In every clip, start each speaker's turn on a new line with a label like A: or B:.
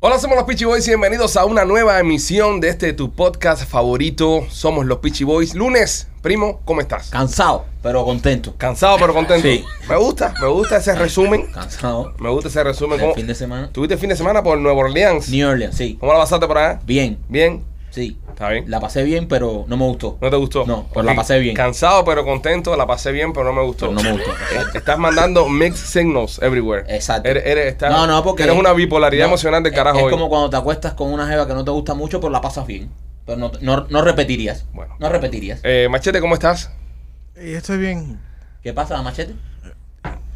A: Hola, somos los Peachy Boys y bienvenidos a una nueva emisión de este tu podcast favorito. Somos los Peachy Boys. Lunes, primo, ¿cómo estás?
B: Cansado, pero contento.
A: Cansado pero contento.
B: Sí.
A: Me gusta, me gusta ese resumen.
B: Cansado.
A: Me gusta ese resumen.
B: El
A: ¿Cómo-
B: fin de semana.
A: ¿Tuviste fin de semana por Nueva Orleans?
B: New Orleans, sí.
A: ¿Cómo la pasaste por allá?
B: Bien,
A: Bien.
B: sí.
A: Está bien.
B: La pasé bien, pero no me gustó.
A: ¿No te gustó?
B: No, pero la pasé bien.
A: Cansado pero contento, la pasé bien, pero no me gustó.
B: Pero no me gustó.
A: Estás mandando mixed signals everywhere.
B: Exacto.
A: Eh, Eres, eres- estás-
B: no, no, porque.
A: Eres una bipolaridad
B: no,
A: emocional del
B: es-
A: carajo
B: Es,
A: hoy.
B: como cuando te acuestas con una jeva que no te gusta mucho, pero la pasas bien. Pero no, no, no repetirías.
A: Bueno.
B: No repetirías.
A: Eh, machete, ¿cómo estás?
C: Y estoy bien.
B: ¿Qué pasa, Machete?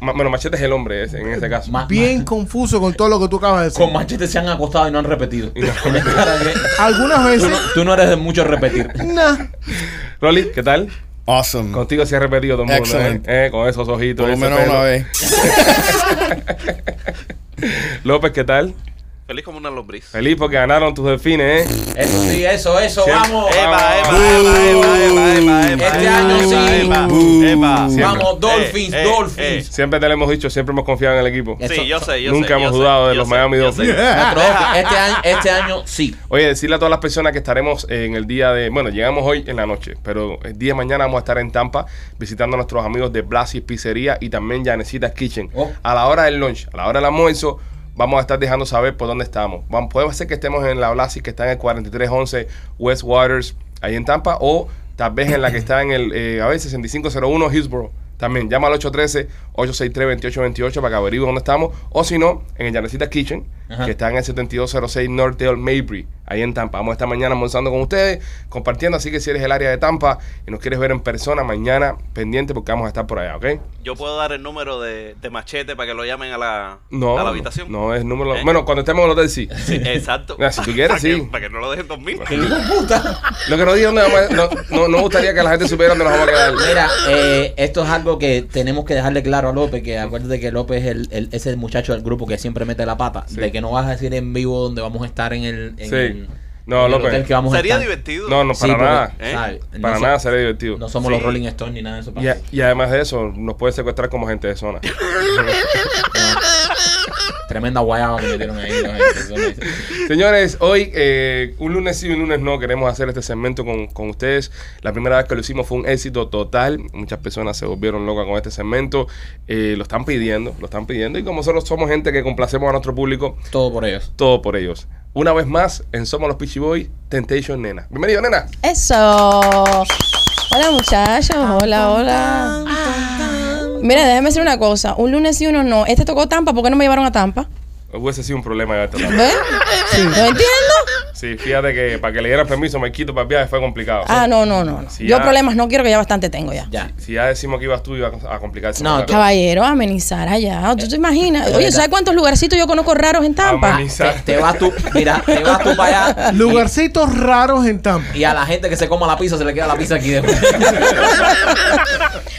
A: Ma- bueno, Machete es el hombre es- en este caso.
B: Ma-
C: Bien confuso con todo lo que tú acabas de decir.
B: Ah, Con Machete se han acostado y no han repetido.
A: Y no.
B: Tienes cara de-
C: Algunas
B: tú,
C: veces.
B: no, tú no eres de mucho repetir.
C: nah.
A: Roli, ¿qué tal?
D: Awesome.
A: Contigo se ha repetido todo el mundo.
D: Excellent.
A: ¿eh? Eh, con esos ojitos.
D: Por lo
A: ese
D: menos
A: pelo.
D: una vez.
A: López, ¿qué tal?
E: Feliz como una lombriz.
A: Feliz porque ganaron tus delfines, ¿eh?
B: Eso sí, eso, eso,
A: Siempre.
B: vamos.
E: Epa, epa, epa, epa, epa, epa, epa.
B: Este año
E: epa,
B: sí.
E: epa,
D: Uh.
E: epa.
A: Siempre.
B: Vamos, Dolphins,
E: Eh, eh,
B: Dolphins.
A: Siempre te lo hemos dicho, siempre hemos confiado en el equipo.
B: Eh.
E: Sí, yo sé, yo
A: Nunca
E: sé,
A: hemos
E: yo
A: dudado
E: sé,
A: de
E: yo
A: los
E: sé,
A: Miami
E: yo
A: Dolphins.
E: sé.
B: Nuestro Dolphins, este, año, este año sí.
A: Oye, decirle a todas las personas que estaremos eh, en el día de. Bueno, llegamos hoy en la noche, pero el día de mañana vamos a estar en Tampa visitando a nuestros amigos de Blasi Pizzería y también Janecita's Kitchen.
B: Oh.
A: A la hora del lunch, a la hora del almuerzo, vamos a estar dejando saber por dónde estamos. Vamos, podemos ser que estemos en la Blasi que está en el 4311 West Waters, ahí en Tampa, o tal vez en la que está en el eh, a ver, 6501 Hillsborough. También llama al 813-863-2828 para que averigüe dónde estamos. O si no, en el Janecita's Kitchen,
B: Ajá.
A: que está en el 7206 North Dale Mabry, ahí en Tampa. Vamos esta mañana almorzando con ustedes, compartiendo. Así que si eres el área de Tampa y nos quieres ver en persona mañana, pendiente porque vamos a estar por allá, ¿ok?
E: Yo puedo dar el número de, de machete para que lo llamen a la,
A: No,
E: a la habitación.
A: No, es número.
E: ¿Eh?
A: Bueno, cuando estemos en el hotel, sí.
E: Sí, exacto.
A: Ah, si tú quieres,
E: Para que-
A: sí.
E: para que no lo dejen dormir.
B: Que hijo de puta.
A: Lo que nos digan, no, no, no, no gustaría que la gente supiera dónde nos vamos a quedar.
B: Mira, eh, esto es algo que tenemos que dejarle claro a López, que acuérdate que López es el, el- es el muchacho del grupo que siempre mete la pata,
A: Sí.
B: de que no vas a decir en vivo dónde vamos a estar en el, en
A: Sí.
B: el-
A: No,
B: en el
A: López.
B: hotel que vamos a
E: Sería
B: estar.
E: divertido.
A: No, no, para
B: Sí, porque,
A: nada.
E: ¿eh?
B: ¿sabes? No
A: Para
B: so-
A: nada sería divertido.
B: No somos
E: Sí.
B: los Rolling Stones ni nada de eso.
A: Y,
B: pasa.
A: y además de eso, nos pueden secuestrar como gente de zona.
B: Tremenda guayaba que metieron ahí. ¿no?
A: Señores, hoy, eh, un lunes sí, un lunes no, queremos hacer este segmento con, con ustedes. La primera vez que lo hicimos fue un éxito total. Muchas personas se volvieron locas con este segmento. Eh, lo están pidiendo, lo están pidiendo. Y como nosotros somos gente que complacemos a nuestro público,
B: Todo por ellos.
A: todo por ellos. Una vez más, en Somos los Peachy Boys, Temptation Nena. Bienvenido, nena.
F: Eso. Hola muchachos, hola, hola. Mira, déjame decir una cosa. Un lunes y uno no. Este tocó Tampa, ¿por qué no me llevaron a Tampa?
A: Hubiese sido un problema de esta tarde.
F: ¿Ves? ¿No entiendo?
A: Sí, fíjate que para que le dieran permiso a Maikito para el viaje fue complicado.
F: Ah, no, no, no. no.
A: Sí,
F: Yo
A: ya.
F: problemas no quiero que ya bastante tengo ya.
B: Ya.
A: Si ya decimos que ibas tú, iba a a complicarse.
B: No,
A: más.
F: Caballero, amenizar allá. ¿Tú te imaginas?
B: Es
F: Oye,
B: verdad.
F: ¿sabes cuántos lugarcitos yo conozco raros en Tampa?
A: Amenizar.
B: Te, te vas tú, mira, te vas tú para allá. y-
C: Lugarcitos raros en Tampa.
B: Y a la gente que se coma la pizza se le queda la pizza aquí después.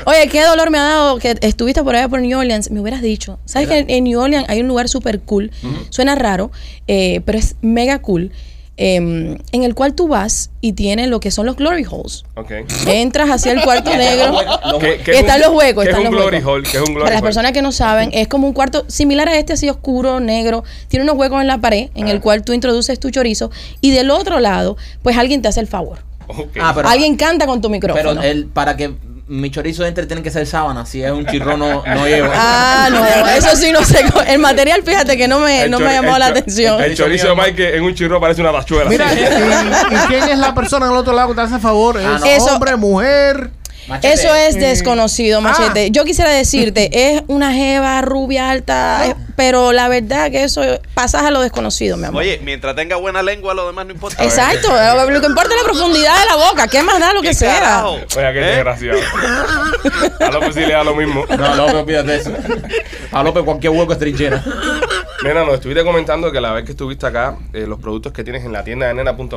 F: Oye, qué dolor me ha dado que estuviste por allá por New Orleans. Me hubieras dicho. ¿Sabes que en, en New Orleans hay un lugar súper cool? Suena raro, eh, pero es mega cool. eh, en el cual tú vas y tiene lo que son los glory holes.
A: Ok.
F: Entras hacia el cuarto negro.
B: Los-
A: ¿Qué- qué
F: Que
A: es
F: están
A: un-
F: los huecos,
A: ¿Qué es
F: están
A: un
F: los
A: glory
F: huecos.
A: hole? ¿Qué es un glory
F: Para las
A: hole?
F: personas que no saben, es como un cuarto similar a este, así oscuro, negro. Tiene unos huecos en la pared en
B: Ah.
F: el cual tú introduces tu chorizo y del otro lado, pues alguien te hace el favor.
A: Ok.
B: Ah, pero,
F: alguien canta con tu micrófono.
B: pero el, para que mi chorizo entre tienen que ser sábana. Si es un chirro no, no lleva.
F: Ah, no, eso sí no sé. co- El material, fíjate que no me,
A: El
F: eh, no me
A: chori-
F: ha llamado
A: el
F: la
A: cho-
F: atención.
A: El chorizo de Mike en un chirro parece una tachuela.
C: Mira, eh. ¿y, y quién es la persona al otro lado que te hace favor? ¿Es
B: Ah, no.
F: Eso-
C: hombre, mujer?
B: Machete.
F: Eso es desconocido,
C: Ah.
F: machete. Yo quisiera decirte, es una jeva rubia alta, eh, pero la verdad que eso pasas a lo desconocido, mi amor.
E: Oye, mientras tenga buena lengua, lo demás no importa.
F: Exacto, eh, lo que importa es la profundidad de la boca, ¿qué más da lo que
E: ¿Qué
F: sea?
E: carajo?
A: Oiga, qué
E: ¿Eh?
A: desgraciado. A López sí le da lo mismo.
B: No, López, olvídate de eso. A López cualquier hueco es trinchera.
A: Nena, nos estuviste comentando que la vez que estuviste acá, eh, los productos que tienes en la tienda de nena.com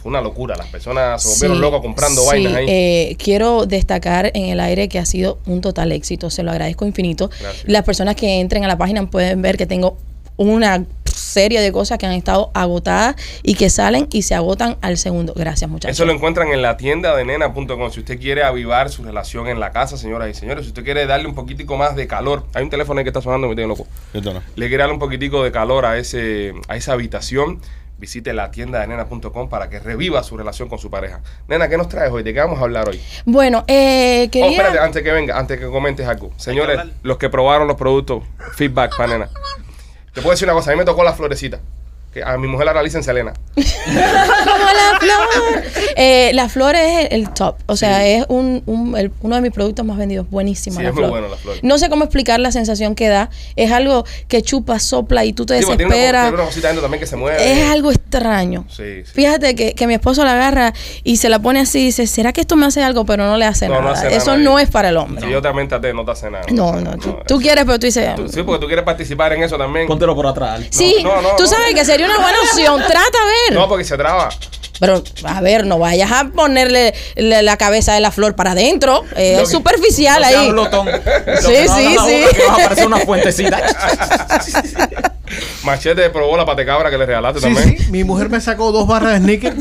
A: fue una locura. Las personas se volvieron
F: Sí,
A: locas comprando
F: sí,
A: vainas ahí.
F: eh, quiero destacar en el aire que ha sido un total éxito. Se lo agradezco infinito.
A: Gracias.
F: Las personas que entren a la página pueden ver que tengo una serie de cosas que han estado agotadas y que salen y se agotan al segundo. Gracias, muchachos.
A: Eso lo encuentran en la tienda de nena.com. Si usted quiere avivar su relación en la casa, señoras y señores, si usted quiere darle un poquitico más de calor, hay un teléfono ahí que está sonando, me tiene loco.
D: Perdona.
A: Le quiere darle un poquitico de calor a, ese, a esa habitación, visite la tienda de nena.com para que reviva su relación con su pareja. Nena, ¿qué nos traes hoy? ¿De qué vamos a hablar hoy?
F: Bueno, eh,
A: Oh,
F: quería...
A: espérate, antes que venga, antes que comentes algo. Señores,
E: hablar.
A: los que probaron los productos, feedback para nena. Te puedo decir una cosa, a mí me tocó la florecita. Que a mi mujer la realiza en Selena.
F: como la flor. Eh, la flor es el, el top. O sea, es un, un- el- uno de mis productos más vendidos. Buenísima
A: Sí,
F: la
A: es muy
F: flor.
A: bueno la flor.
F: No sé cómo explicar la sensación que da. Es algo que chupa, sopla y tú te
A: Tipo, tiene, una,
F: desesperas.
A: tiene una cosita dentro también que se mueve.
F: Es algo extraño.
A: Sí, sí.
F: Fíjate que, que mi esposo la agarra y se la pone así y dice, ¿será que esto me hace algo? Pero no le hace
A: No, no
F: nada.
A: hace nada
F: Eso
A: a nadie.
F: no es para el hombre.
A: Si yo también traté, no te hace nada.
F: No, no. Tú,
A: No,
F: tú quieres, pero tú dices...
A: tú- sí, porque tú quieres participar en eso también.
B: Póntelo por atrás.
F: Sí,
A: no, no,
F: tú
A: no.
F: sabes que sería una buena opción. Trata a ver.
A: No, pues- porque se traba.
F: Pero, a ver, no vayas a ponerle la, la cabeza de la flor para adentro. Eh,
A: No,
F: es superficial
B: No seas
F: ahí.
B: glotón. Lo que
F: Sí,
B: no
F: sí,
B: hablas
F: sí.
B: ahora, que vas a aparecer una fuentecita.
A: Machete probó la patecabra que le regalaste
C: Sí,
A: también.
C: sí. Mi mujer me sacó dos barras de sneaker.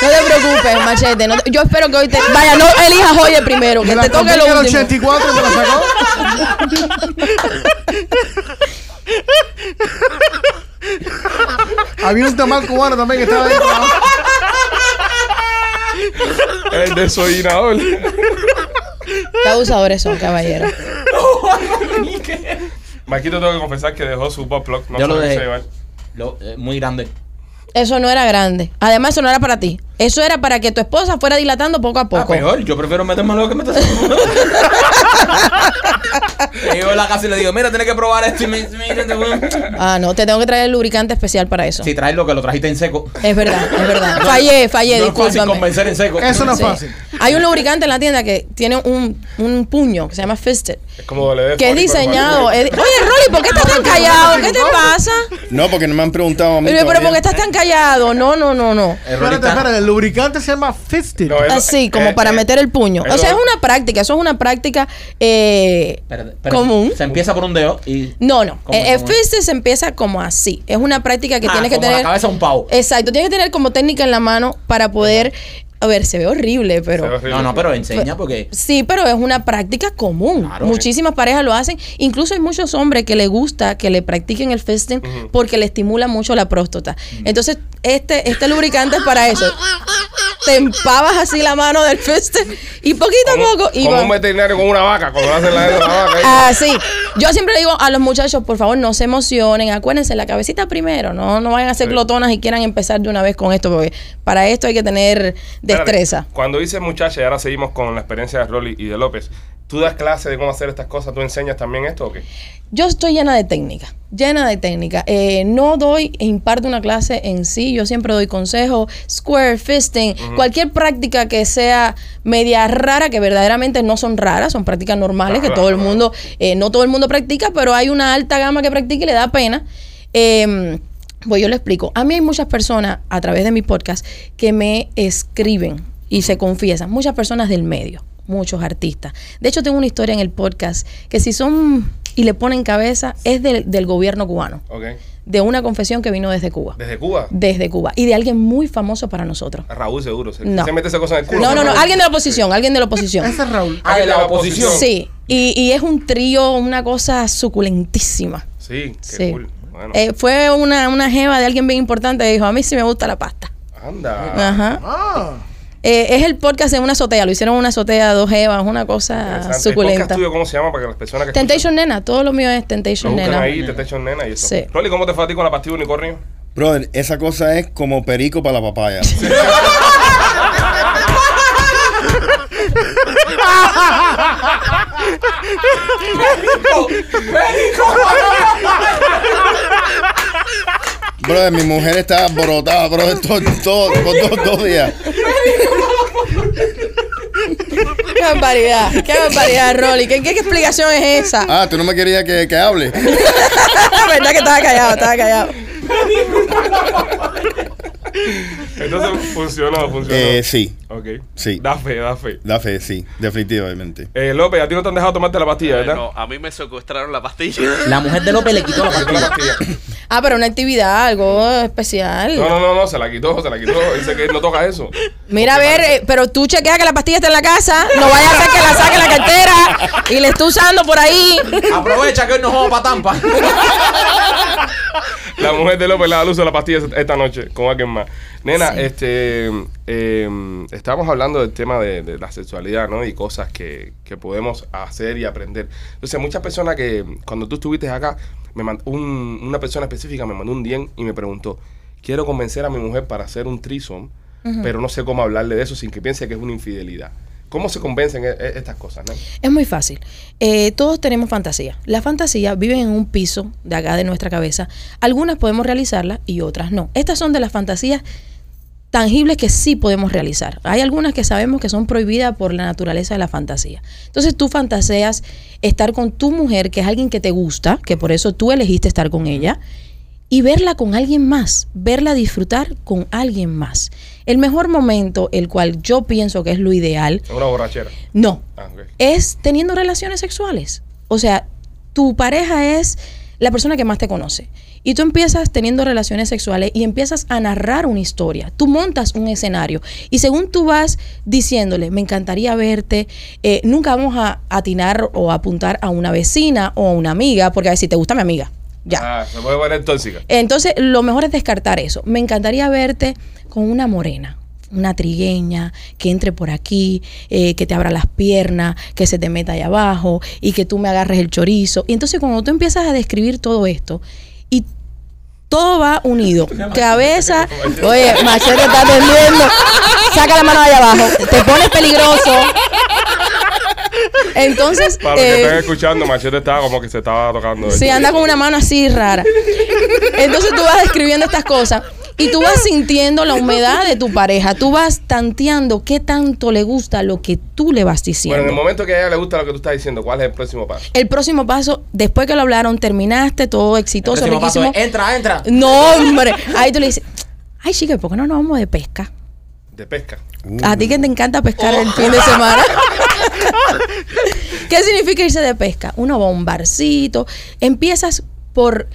F: No te preocupes, machete. no te- yo espero que hoy te. Vaya, no elijas hoy el primero, que
C: Me
F: te
C: la compré
F: toque
C: en el
F: lo último.
C: 84 y me la sacó. Había un tamal cubano también que estaba ahí.
A: El desoinador.
F: Qué abusadores son, caballero.
A: Maquito, tengo que confesar que dejó su pop block. No
B: Yo lo
A: sabe qué
B: dejé.
A: se llevar.
B: Lo- eh, muy grande.
F: Eso no era grande. Además, eso no era para ti. Eso era para que tu esposa fuera dilatando poco a
B: Ah,
F: poco.
B: peor, yo prefiero meterme lo que meter Y yo en la casa y le digo, mira, tienes que probar esto. Y me dice, mira, te voy a-
F: ah, no, te tengo que traer el lubricante especial para eso.
B: Si traes lo que lo trajiste en seco.
F: Es verdad, es verdad. Fallé, fallé,
B: no es fácil
F: discúlpame.
B: convencer en seco.
C: Eso no es
F: Sí.
C: fácil.
F: Hay un lubricante en la tienda que tiene un, un puño que se llama Fisted.
A: Es como WD.
F: Que es
A: 40,
F: diseñado.
A: 40.
F: es- Oye, Rolly, ¿por qué estás tan callado? ¿Qué te pasa?
D: No, porque no me han preguntado a mí.
F: Pero, pero
D: todavía.
F: ¿por qué estás tan callado? No, no, no, no.
C: Espérate, espérate. El lubricante se llama Fisted.
A: No, eso-
F: Así, como
A: eh,
F: para
A: eh,
F: meter el puño.
A: eso-
F: O sea, es una práctica, eso es una práctica eh,
B: Espérate, espérate.
F: común.
B: Se empieza por un dedo y.
F: No, no.
B: ¿Cómo,
F: El
B: cómo?
F: fist se empieza como así. Es una práctica que
B: Ah,
F: tienes que
B: como
F: tener.
B: la cabeza de un pavo.
F: Exacto, tienes que tener como técnica en la mano para poder. A ver, se ve horrible, pero.
A: se ve horrible.
B: No, no, pero enseña porque.
F: Sí, pero es una práctica común.
B: Claro.
F: Muchísimas parejas lo hacen. Incluso hay muchos hombres que les gusta que le practiquen el fisting porque le estimula mucho la próstata.
B: Mm.
F: Entonces, este, este lubricante es para eso. Te empabas así la mano del fisting y poquito
A: Como-
F: a poco y
A: Como
F: va-
A: un veterinario con una vaca, cuando hacen la de la vaca. ahí.
F: Así. Ah, Yo siempre le digo a los muchachos, por favor, no se emocionen, acuérdense la cabecita primero, no no vayan a ser
A: Sí.
F: glotonas y quieran empezar de una vez con esto, porque para esto hay que tener
A: Espérate,
F: destreza.
A: Cuando dices muchacha, y ahora seguimos con la experiencia de Rolly y de López, ¿tú das clases de cómo hacer estas cosas? ¿Tú enseñas también esto o qué?
F: Yo estoy llena de técnica, llena de técnica. Eh, no doy e imparto una clase en sí, yo siempre doy consejos, square fisting, cualquier práctica que sea media rara, que verdaderamente no son raras, son prácticas normales que
A: Claro,
F: todo el
A: claro.
F: mundo, eh, no todo el mundo practica, pero hay una alta gama que practica y le da pena. Eh, pues yo le explico. A mí hay muchas personas a través de mi podcast que me escriben y se confiesan, muchas personas del medio, muchos artistas. De hecho, tengo una historia en el podcast que si son y le ponen cabeza es del, del gobierno cubano,
A: Ok.
F: de una confesión que vino desde Cuba,
A: ¿Desde Cuba?
F: desde Cuba, y de alguien muy famoso para nosotros.
A: Raúl seguro. Se,
F: No.
A: se mete esa cosa en el culo.
F: No, no, no,
A: Raúl.
F: alguien de la oposición, alguien de la oposición.
C: Ese es Raúl.
A: Ah,
B: Ah, de la oposición.
F: Sí, y, y es un trío, una cosa suculentísima.
A: Sí, qué
F: Sí.
A: cool. Bueno,
F: Eh, fue una, una jeva de alguien bien importante que dijo, a mí sí me gusta la pasta.
A: anda.
F: Ajá.
C: Ah.
F: Eh, es el podcast en una azotea, lo hicieron en una azotea, dos jevas, una cosa
A: Interesante. ¿El podcast
F: suculenta.
A: tuyo cómo se llama para que las personas que
F: Temptation Nena, todo lo mío es
A: escuchan,
F: Temptation
A: lo buscan
F: Nena.
A: ahí, Temptation Nena y eso.
F: Sí.
A: Rolly, ¿cómo te fue a ti con la pastilla unicornio?
D: Brother, esa cosa es como perico para la papaya. brother, mi mujer está brotada, brother, todo, todo, por dos, dos días.
F: Qué barbaridad, qué barbaridad, Rolly. ¿Qué, qué, qué explicación es esa?
D: Ah, tú no me querías que, que hable.
F: La verdad que estaba callado, estaba callado.
A: Entonces funcionó, funcionó.
D: Eh, sí,
A: Ok.
D: Sí.
A: Da fe, da fe.
D: da fe, sí, definitivamente.
A: Eh, López, a ti no te han dejado tomarte la pastilla,
E: Eh,
A: ¿verdad?
E: no, a mí me secuestraron la pastilla.
B: La mujer de López le quitó la
A: Quitó la
B: pastilla.
A: pastilla.
F: Ah, pero una actividad, algo especial.
A: No, no, no, no, se la quitó, se la quitó. Dice que él no toca eso.
F: Mira, a ver, eh, pero tú chequea que la pastilla está en la casa. No vaya a ser que la saque la cartera y la esté usando por ahí.
B: Aprovecha que hoy nos vamos para Tampa.
A: La mujer de López le da luz a la pastilla esta noche con alguien más. Nena, este eh, estamos hablando del tema de, de la sexualidad, ¿no? Y cosas que, que podemos hacer y aprender. Entonces, muchas personas que cuando tú estuviste acá, me mand- un- una persona específica me mandó un DM y me preguntó, quiero convencer a mi mujer para hacer un trisom, pero no sé cómo hablarle de eso sin que piense que es una infidelidad. ¿Cómo se convencen e- e- estas cosas, Nena?
F: Es muy fácil. Eh, todos tenemos fantasía. Las fantasías viven en un piso de acá de nuestra cabeza. Algunas podemos realizarlas y otras no. Estas son de las fantasías tangibles que sí podemos realizar. Hay algunas que sabemos que son prohibidas por la naturaleza de la fantasía. Entonces tú fantaseas estar con tu mujer, que es alguien que te gusta, que por eso tú elegiste estar con ella, y verla con alguien más, verla disfrutar con alguien más. El mejor momento, el cual yo pienso que es lo ideal,
A: Es una borrachera.
F: no,
A: Ah, ok.
F: es teniendo relaciones sexuales. O sea, tu pareja es la persona que más te conoce. Y tú empiezas teniendo relaciones sexuales y empiezas a narrar una historia. Tú montas un escenario. Y según tú vas diciéndole, me encantaría verte, eh, nunca vamos a atinar o apuntar a una vecina o a una amiga, porque a ver si te gusta mi amiga. Ya.
A: Ah, se puede poner tóxica.
F: Entonces, lo mejor es descartar eso. Me encantaría verte con una morena, una trigueña, que entre por aquí, eh, que te abra las piernas, que se te meta ahí abajo y que tú me agarres el chorizo. Y entonces, cuando tú empiezas a describir todo esto y todo va unido, cabeza, oye, machete está atendiendo, saca la mano de allá abajo, te pones peligroso. Entonces,
A: Para los que
F: eh,
A: están escuchando, Machete estaba como que se estaba tocando.
F: Sí, anda con una mano así rara. Entonces tú vas describiendo estas cosas y tú vas sintiendo la humedad de tu pareja. Tú vas tanteando qué tanto le gusta lo que tú le vas diciendo.
A: Bueno, en el momento que a ella le gusta lo que tú estás diciendo, ¿cuál es el próximo paso?
F: el próximo paso, después que lo hablaron, terminaste, todo
B: El
F: exitoso,
B: próximo paso
F: riquísimo.
B: es, entra, entra.
F: No, hombre. Ahí tú le dices, ay, chica, ¿por qué no nos vamos de pesca?
A: De pesca.
F: A ti que te encanta pescar el fin de semana. ¿Qué significa irse de pesca? Uno va a un barcito. Empiezas por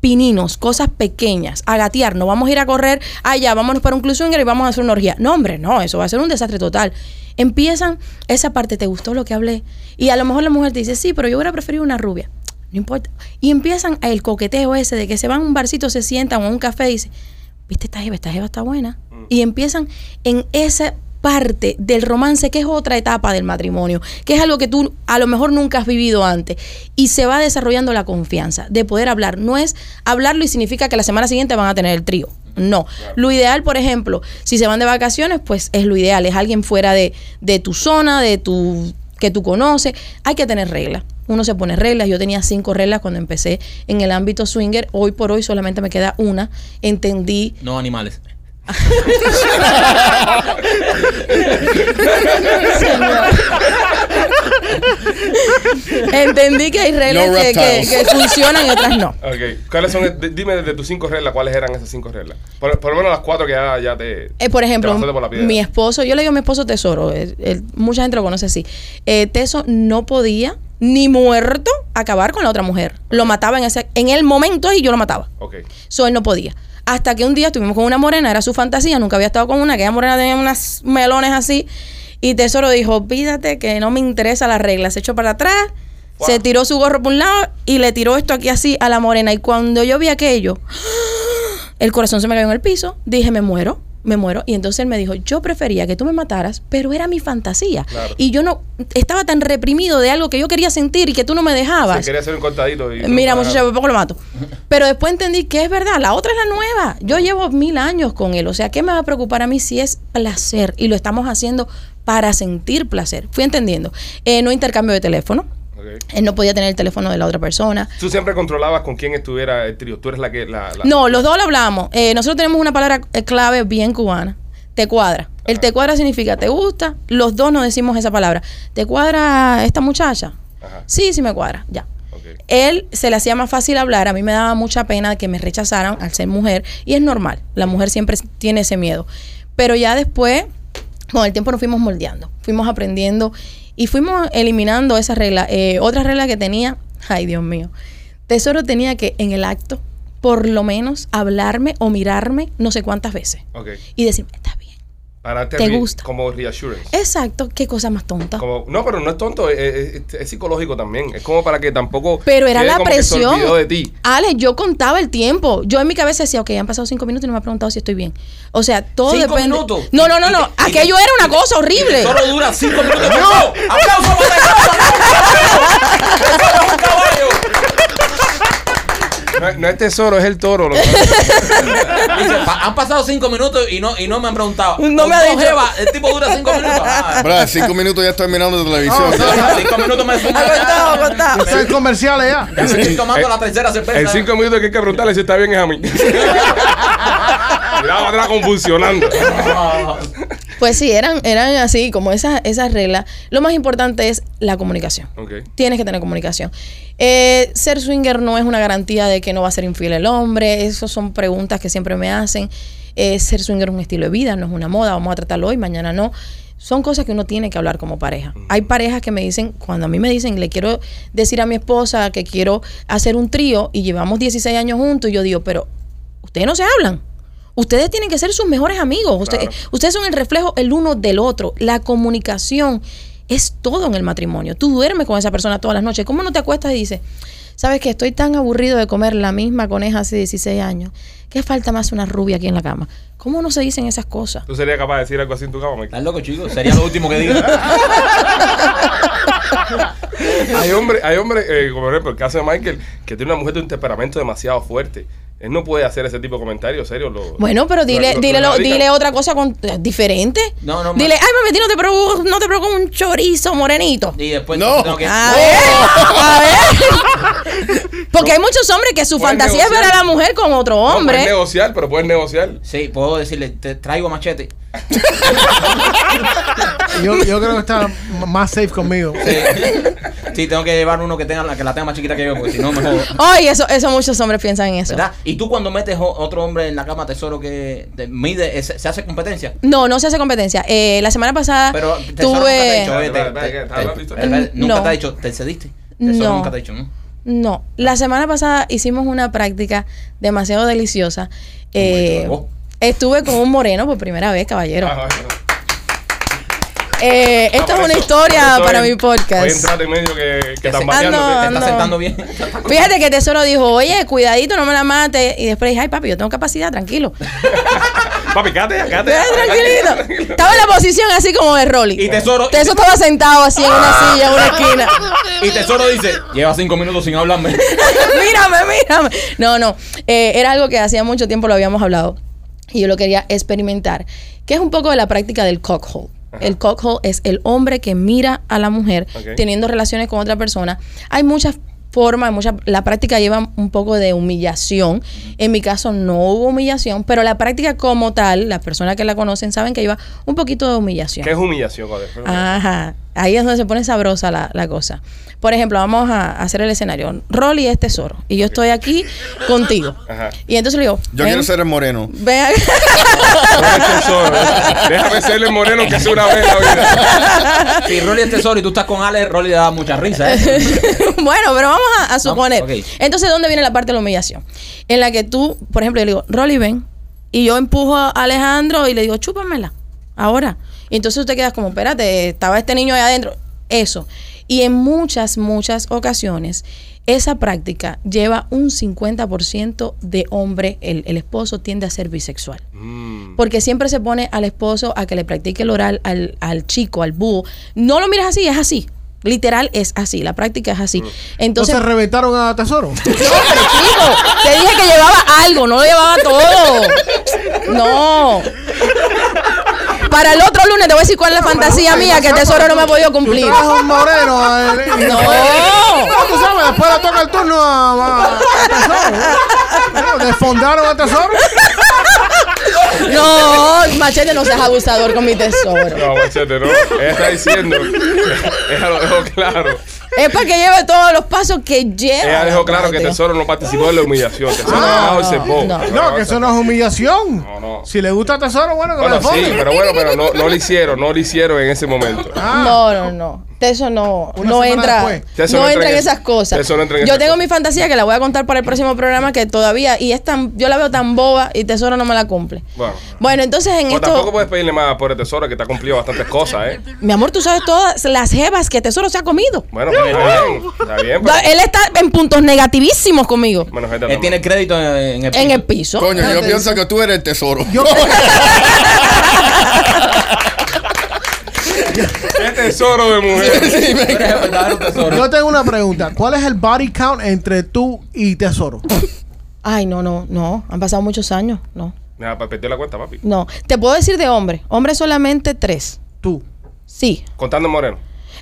F: pininos, cosas pequeñas, a gatear. No vamos a ir a correr, allá, vámonos para un club swinger y vamos a hacer una orgía. No, hombre, no, eso va a ser un desastre total. Empiezan esa parte, ¿te gustó lo que hablé? Y a lo mejor la mujer te dice, sí, pero yo hubiera preferido una rubia. No importa. Y empiezan el coqueteo ese de que se van a un barcito, se sientan o a un café y dicen, viste esta jeva, esta jeva está buena. Y empiezan en esa parte del romance que es otra etapa del matrimonio, que es algo que tú a lo mejor nunca has vivido antes y se va desarrollando la confianza de poder hablar, no es hablarlo y significa que la semana siguiente van a tener el trío. No, lo ideal, por ejemplo, si se van de vacaciones, pues es lo ideal, es alguien fuera de, de tu zona, de tu que tú conoces, hay que tener reglas. Uno se pone reglas. Yo tenía cinco reglas cuando empecé en el ámbito swinger. Hoy por hoy solamente me queda una. Entendí.
B: No animales.
F: Entendí que hay reglas
D: No
F: que, que-
D: reptiles.
F: que funcionan y otras no.
A: Ok. ¿Cuáles son? de- dime de tus cinco reglas, ¿cuáles eran esas cinco reglas? Por, por lo menos las cuatro que ya, ya te.
F: Eh, por ejemplo,
A: te pasaste por la piedra.
F: mi esposo, yo le digo a mi esposo tesoro, él- él- mucha gente lo conoce así. Eh, Teso no podía, ni muerto, acabar con la otra mujer. Lo mataba en, ese, en el momento y yo lo mataba.
A: Ok.
F: So, él no podía. Hasta que un día estuvimos con una morena, era su fantasía, nunca había estado con una, aquella morena tenía unas melones así. Y Tesoro dijo, pídate que no me interesa la regla. Se echó para atrás,
A: Wow.
F: se tiró su gorro por un lado y le tiró esto aquí así a la morena. Y cuando yo vi aquello, el corazón se me cayó en el piso, dije, me muero, me muero. Y entonces él me dijo, yo prefería que tú me mataras, pero era mi fantasía.
A: Claro.
F: Y yo no, estaba tan reprimido de algo que yo quería sentir y que tú no me
A: Se
F: dejabas.
A: quería hacer un cortadito. Y
F: Mira, muchacha, por poco lo mato. Pero después entendí que es verdad, la otra es la nueva. Yo llevo mil años con él, o sea, ¿qué me va a preocupar a mí si es placer? Y lo estamos haciendo para sentir placer. Fui entendiendo. Eh, no intercambio de teléfono.
A: Ok.
F: Él no podía tener el teléfono de la otra persona.
A: Tú siempre controlabas con quién estuviera el trío. Tú eres la que. La, la-
F: No, los dos lo hablamos. Eh, nosotros tenemos una palabra eh, clave bien cubana. Te cuadra. El te cuadra significa te gusta. Los dos nos decimos esa palabra. ¿Te cuadra esta muchacha?
A: Ajá.
F: Sí, sí me cuadra. Ya.
A: Ok.
F: él se le hacía más fácil hablar, a mí me daba mucha pena que me rechazaran al ser mujer y es normal, la mujer siempre tiene ese miedo. Pero ya después, con el tiempo nos fuimos moldeando, fuimos aprendiendo y fuimos eliminando esa regla. Eh, otra regla que tenía, ay Dios mío, Tesoro tenía que en el acto por lo menos hablarme o mirarme no sé cuántas veces
A: Ok.
F: y decirme, está bien.
A: Para
F: Te gusta.
A: Como reassurance.
F: Exacto, qué cosa más tonta.
A: Como- no, pero no es tonto, es, es- es psicológico también. Es como para que tampoco.
F: Pero era
A: quede
F: la
A: como que se
F: presión.
A: olvidó de ti.
F: Ale, yo contaba el tiempo. Yo en mi cabeza decía, ok, han pasado cinco minutos y no me ha preguntado si estoy bien. O sea, todo
B: Cinco
F: depende.
B: minutos.
F: No, no, no, no.
B: Y- y-
F: Aquello era una cosa horrible.
B: Solo dura cinco minutos. ¡No! ¡Aplauso para Tesoro! ¡Tesoro es un caballo!
A: No, es- no es tesoro, es el toro. lo que-
B: Dice, "Pa- han pasado cinco minutos y no, y no me han preguntado.
F: No me ha
B: ¿Con
F: dicho.
B: jeva? el tipo dura cinco minutos. Ah,
D: Bra, cinco minutos ya estoy mirando televisión.
B: no, no, cinco minutos me suena.
F: Aguantado, aguantado.
C: Eso es comercial
B: Ya
C: ya.
B: me estoy tomando
A: Eh,
B: la tercera cerveza.
A: en cinco minutos que hay que preguntarle si está bien es a mí. Miraba atrás convulsionando.
B: Ah,
F: Pues sí, eran, eran así, como esas, esas reglas. Lo más importante es la comunicación.
A: Ok.
F: Tienes que tener comunicación. Eh, ser swinger no es una garantía de que no va a ser infiel el hombre. Esas son preguntas que siempre me hacen. Eh, ser swinger es un estilo de vida, no es una moda. Vamos a tratarlo hoy, mañana no. Son cosas que uno tiene que hablar como pareja. Hay parejas que me dicen, cuando a mí me dicen, le quiero decir a mi esposa que quiero hacer un trío y llevamos 16 años juntos, y yo digo, pero ustedes no se hablan. Ustedes tienen que ser sus mejores amigos. Ustedes,
A: Claro.
F: ustedes son el reflejo el uno del otro. La comunicación es todo en el matrimonio. Tú duermes con esa persona todas las noches. ¿Cómo no te acuestas y dices, sabes que estoy tan aburrido de comer la misma coneja hace 16 años? ¿Qué falta más una rubia aquí en la cama? ¿Cómo no se dicen esas cosas?
A: ¿Tú serías capaz de decir algo así en tu cama, Mike?
B: ¿Estás loco, chicos? Sería lo último que diga.
A: Hay hombres, hay hombres, eh, como por ejemplo el caso de Michael, que tiene una mujer de un temperamento demasiado fuerte. Él no puede hacer ese tipo de comentarios, serio. lo-
F: Bueno, pero
A: lo-
F: dile,
A: lo-
F: dile,
A: lo
F: lo-
A: radica.
F: dile otra cosa con- eh, diferente.
B: No, no, ma-
F: dile, ay, mami, no te preocupes, no te preocupes un chorizo morenito.
B: Y después
D: No.
B: tengo que. Oh.
F: A ver, a ver. Porque hay muchos hombres que su
A: Pueden
F: fantasía es ver a
A: negociar.
F: la mujer con otro
A: No, puedes
F: hombre.
A: negociar, pero puedes negociar.
B: Sí, puedo decirle, te traigo machete.
C: Yo, yo creo que está m- más safe conmigo.
B: Sí. Sí, tengo que llevar uno que tenga la que la tenga más chiquita que yo, porque si no me jodo.
F: Ay, eso, eso muchos hombres piensan en eso.
B: ¿Verdad? Y tú cuando metes o- otro hombre en la cama tesoro que te mide, eh, se, se hace competencia.
F: No, no se hace competencia. Eh, la semana pasada
B: Pero tesoro nunca
F: tuve.
B: te ha dicho,
A: Espérate,
B: "Oye, te-
A: espérate, ¿estás
B: te-
A: listo?
B: te- te- nunca
F: No.
B: te ha dicho, te cediste. Tesoro
F: No.
B: nunca te ha dicho, ¿no?
F: No, la semana pasada hicimos una práctica demasiado deliciosa. Eh,
B: Como el
F: estuve con un moreno por primera vez, caballero.
A: Ah, bueno.
F: Eh,
A: Ah,
F: esto
A: por
F: es una
A: eso- por
F: historia
A: eso
F: para
A: hoy-
F: mi podcast.
A: Hoy entrate medio que, que
B: Ah,
A: están
B: Te
F: Ah,
B: está
F: no.
B: sentando bien.
F: Fíjate que Tesoro dijo, oye, cuidadito, no me la mate. Y después dije, ay, papi, yo tengo capacidad, tranquilo.
A: Papi, cállate, cállate.
F: Ay, tranquilito. Estaba en la posición así como de Rolly.
B: Y Tesoro- Ah.
F: Tesoro estaba sentado así en una silla, en una esquina.
B: Y tesoro dice, lleva cinco minutos sin hablarme.
F: mírame, mírame. No, no. Eh, era algo que hacía mucho tiempo lo habíamos hablado. Y yo lo quería experimentar. Que es un poco de la práctica del cockhole. El cockhole es el hombre que mira a la mujer
A: Ok.
F: teniendo relaciones con otra persona. Hay muchas formas, muchas, la práctica lleva un poco de humillación. En mi caso no hubo humillación, pero la práctica como tal, las personas que la conocen saben que lleva un poquito de humillación.
A: ¿Qué es humillación, joder?
F: Ah. Ajá. Ahí es donde se pone sabrosa la, la cosa. Por ejemplo, vamos a hacer el escenario. Rolly es tesoro. Y yo estoy aquí contigo.
A: Ajá.
F: Y entonces le digo.
D: Yo
F: ven,
D: quiero ser el moreno.
F: ven acá.
A: Déjame ser el moreno que hace una vez en la vida.
B: Si Rolly es tesoro y tú estás con Ale, Rolly le da mucha risa. ¿eh?
F: bueno, pero vamos a, a suponer.
B: ok.
F: Entonces, ¿dónde viene la parte de la humillación? En la que tú, por ejemplo, yo le digo, Rolly, ven. Y yo empujo a Alejandro y le digo, chúpamela. Ahora. Y entonces usted quedas como, espérate, estaba este niño allá adentro. Eso. Y en muchas, muchas ocasiones, esa práctica lleva un 50% de hombre, el, el esposo tiende a ser bisexual.
A: Mm.
F: Porque siempre se pone al esposo a que le practique el oral al, al chico, al búho. No lo miras así, es así. Literal es así, la práctica es así. Entonces,
C: Entonces reventaron a Tesoro.
F: no, pero chico, te dije que llevaba algo, no lo llevaba todo. No. Para el otro lunes te voy a decir cuál es la fantasía mía que el tesoro no me ha podido cumplir.
C: Tú traes un moreno. a él, y-
F: No.
C: No, Ah, tú sabes, después le toca el turno a, a- a Tesoro. No, Desfondaron a Tesoro.
F: No, machete, no seas abusador con mi tesoro.
A: No, machete, no. Ella está diciendo. Ella lo dejó claro.
F: Es para que lleve todos los pasos que lleva.
A: Ella dejó claro que
F: Dios.
A: Tesoro no participó en la humillación. Tesoro
C: Ah,
A: abajo y se fue.
F: no.
C: No, que eso no es humillación.
A: No, no.
C: Si le gusta Tesoro, bueno, que me
A: Bueno,
C: lo
A: sí,
C: fonden.
A: pero bueno, pero no, no lo hicieron, no lo hicieron en ese momento.
C: Ah,
F: No, no, no. Teso no,
C: Una
F: no
C: semana
F: entra,
C: después.
A: Teso
F: no entra en esas cosas.
A: Teso no entra en
F: yo
A: esas
F: tengo
A: cosas.
F: mi fantasía que la voy a contar para el próximo programa que todavía y es tan, yo la veo tan boba y Tesoro no me la cumple.
A: Bueno.
F: Bueno, entonces en
A: O
F: esto,
A: tampoco puedes pedirle más a pobre Tesoro que te ha cumplido bastantes cosas, ¿eh?
F: mi amor, tú sabes todas las jebas que Tesoro se ha comido.
A: Bueno, pero está bien, está bien.
F: Da-
A: Pero,
F: Él está en puntos negativísimos conmigo,
A: bueno, gente,
B: Él tiene crédito en,
F: en el piso.
D: Coño, yo pienso que tú eres el tesoro.
C: Yo-
A: Qué tesoro de mujer.
D: Sí, me-
B: Pero es el verdadero tesoro.
C: Yo tengo una pregunta. ¿Cuál es el body count entre tú y Tesoro?
F: Ay, no, no, no, han pasado muchos años, no.
A: Nada, para perder la cuenta, papi.
F: No, te puedo decir de hombre, hombre solamente tres.
C: Tú.
F: Sí,
A: Contando Moreno.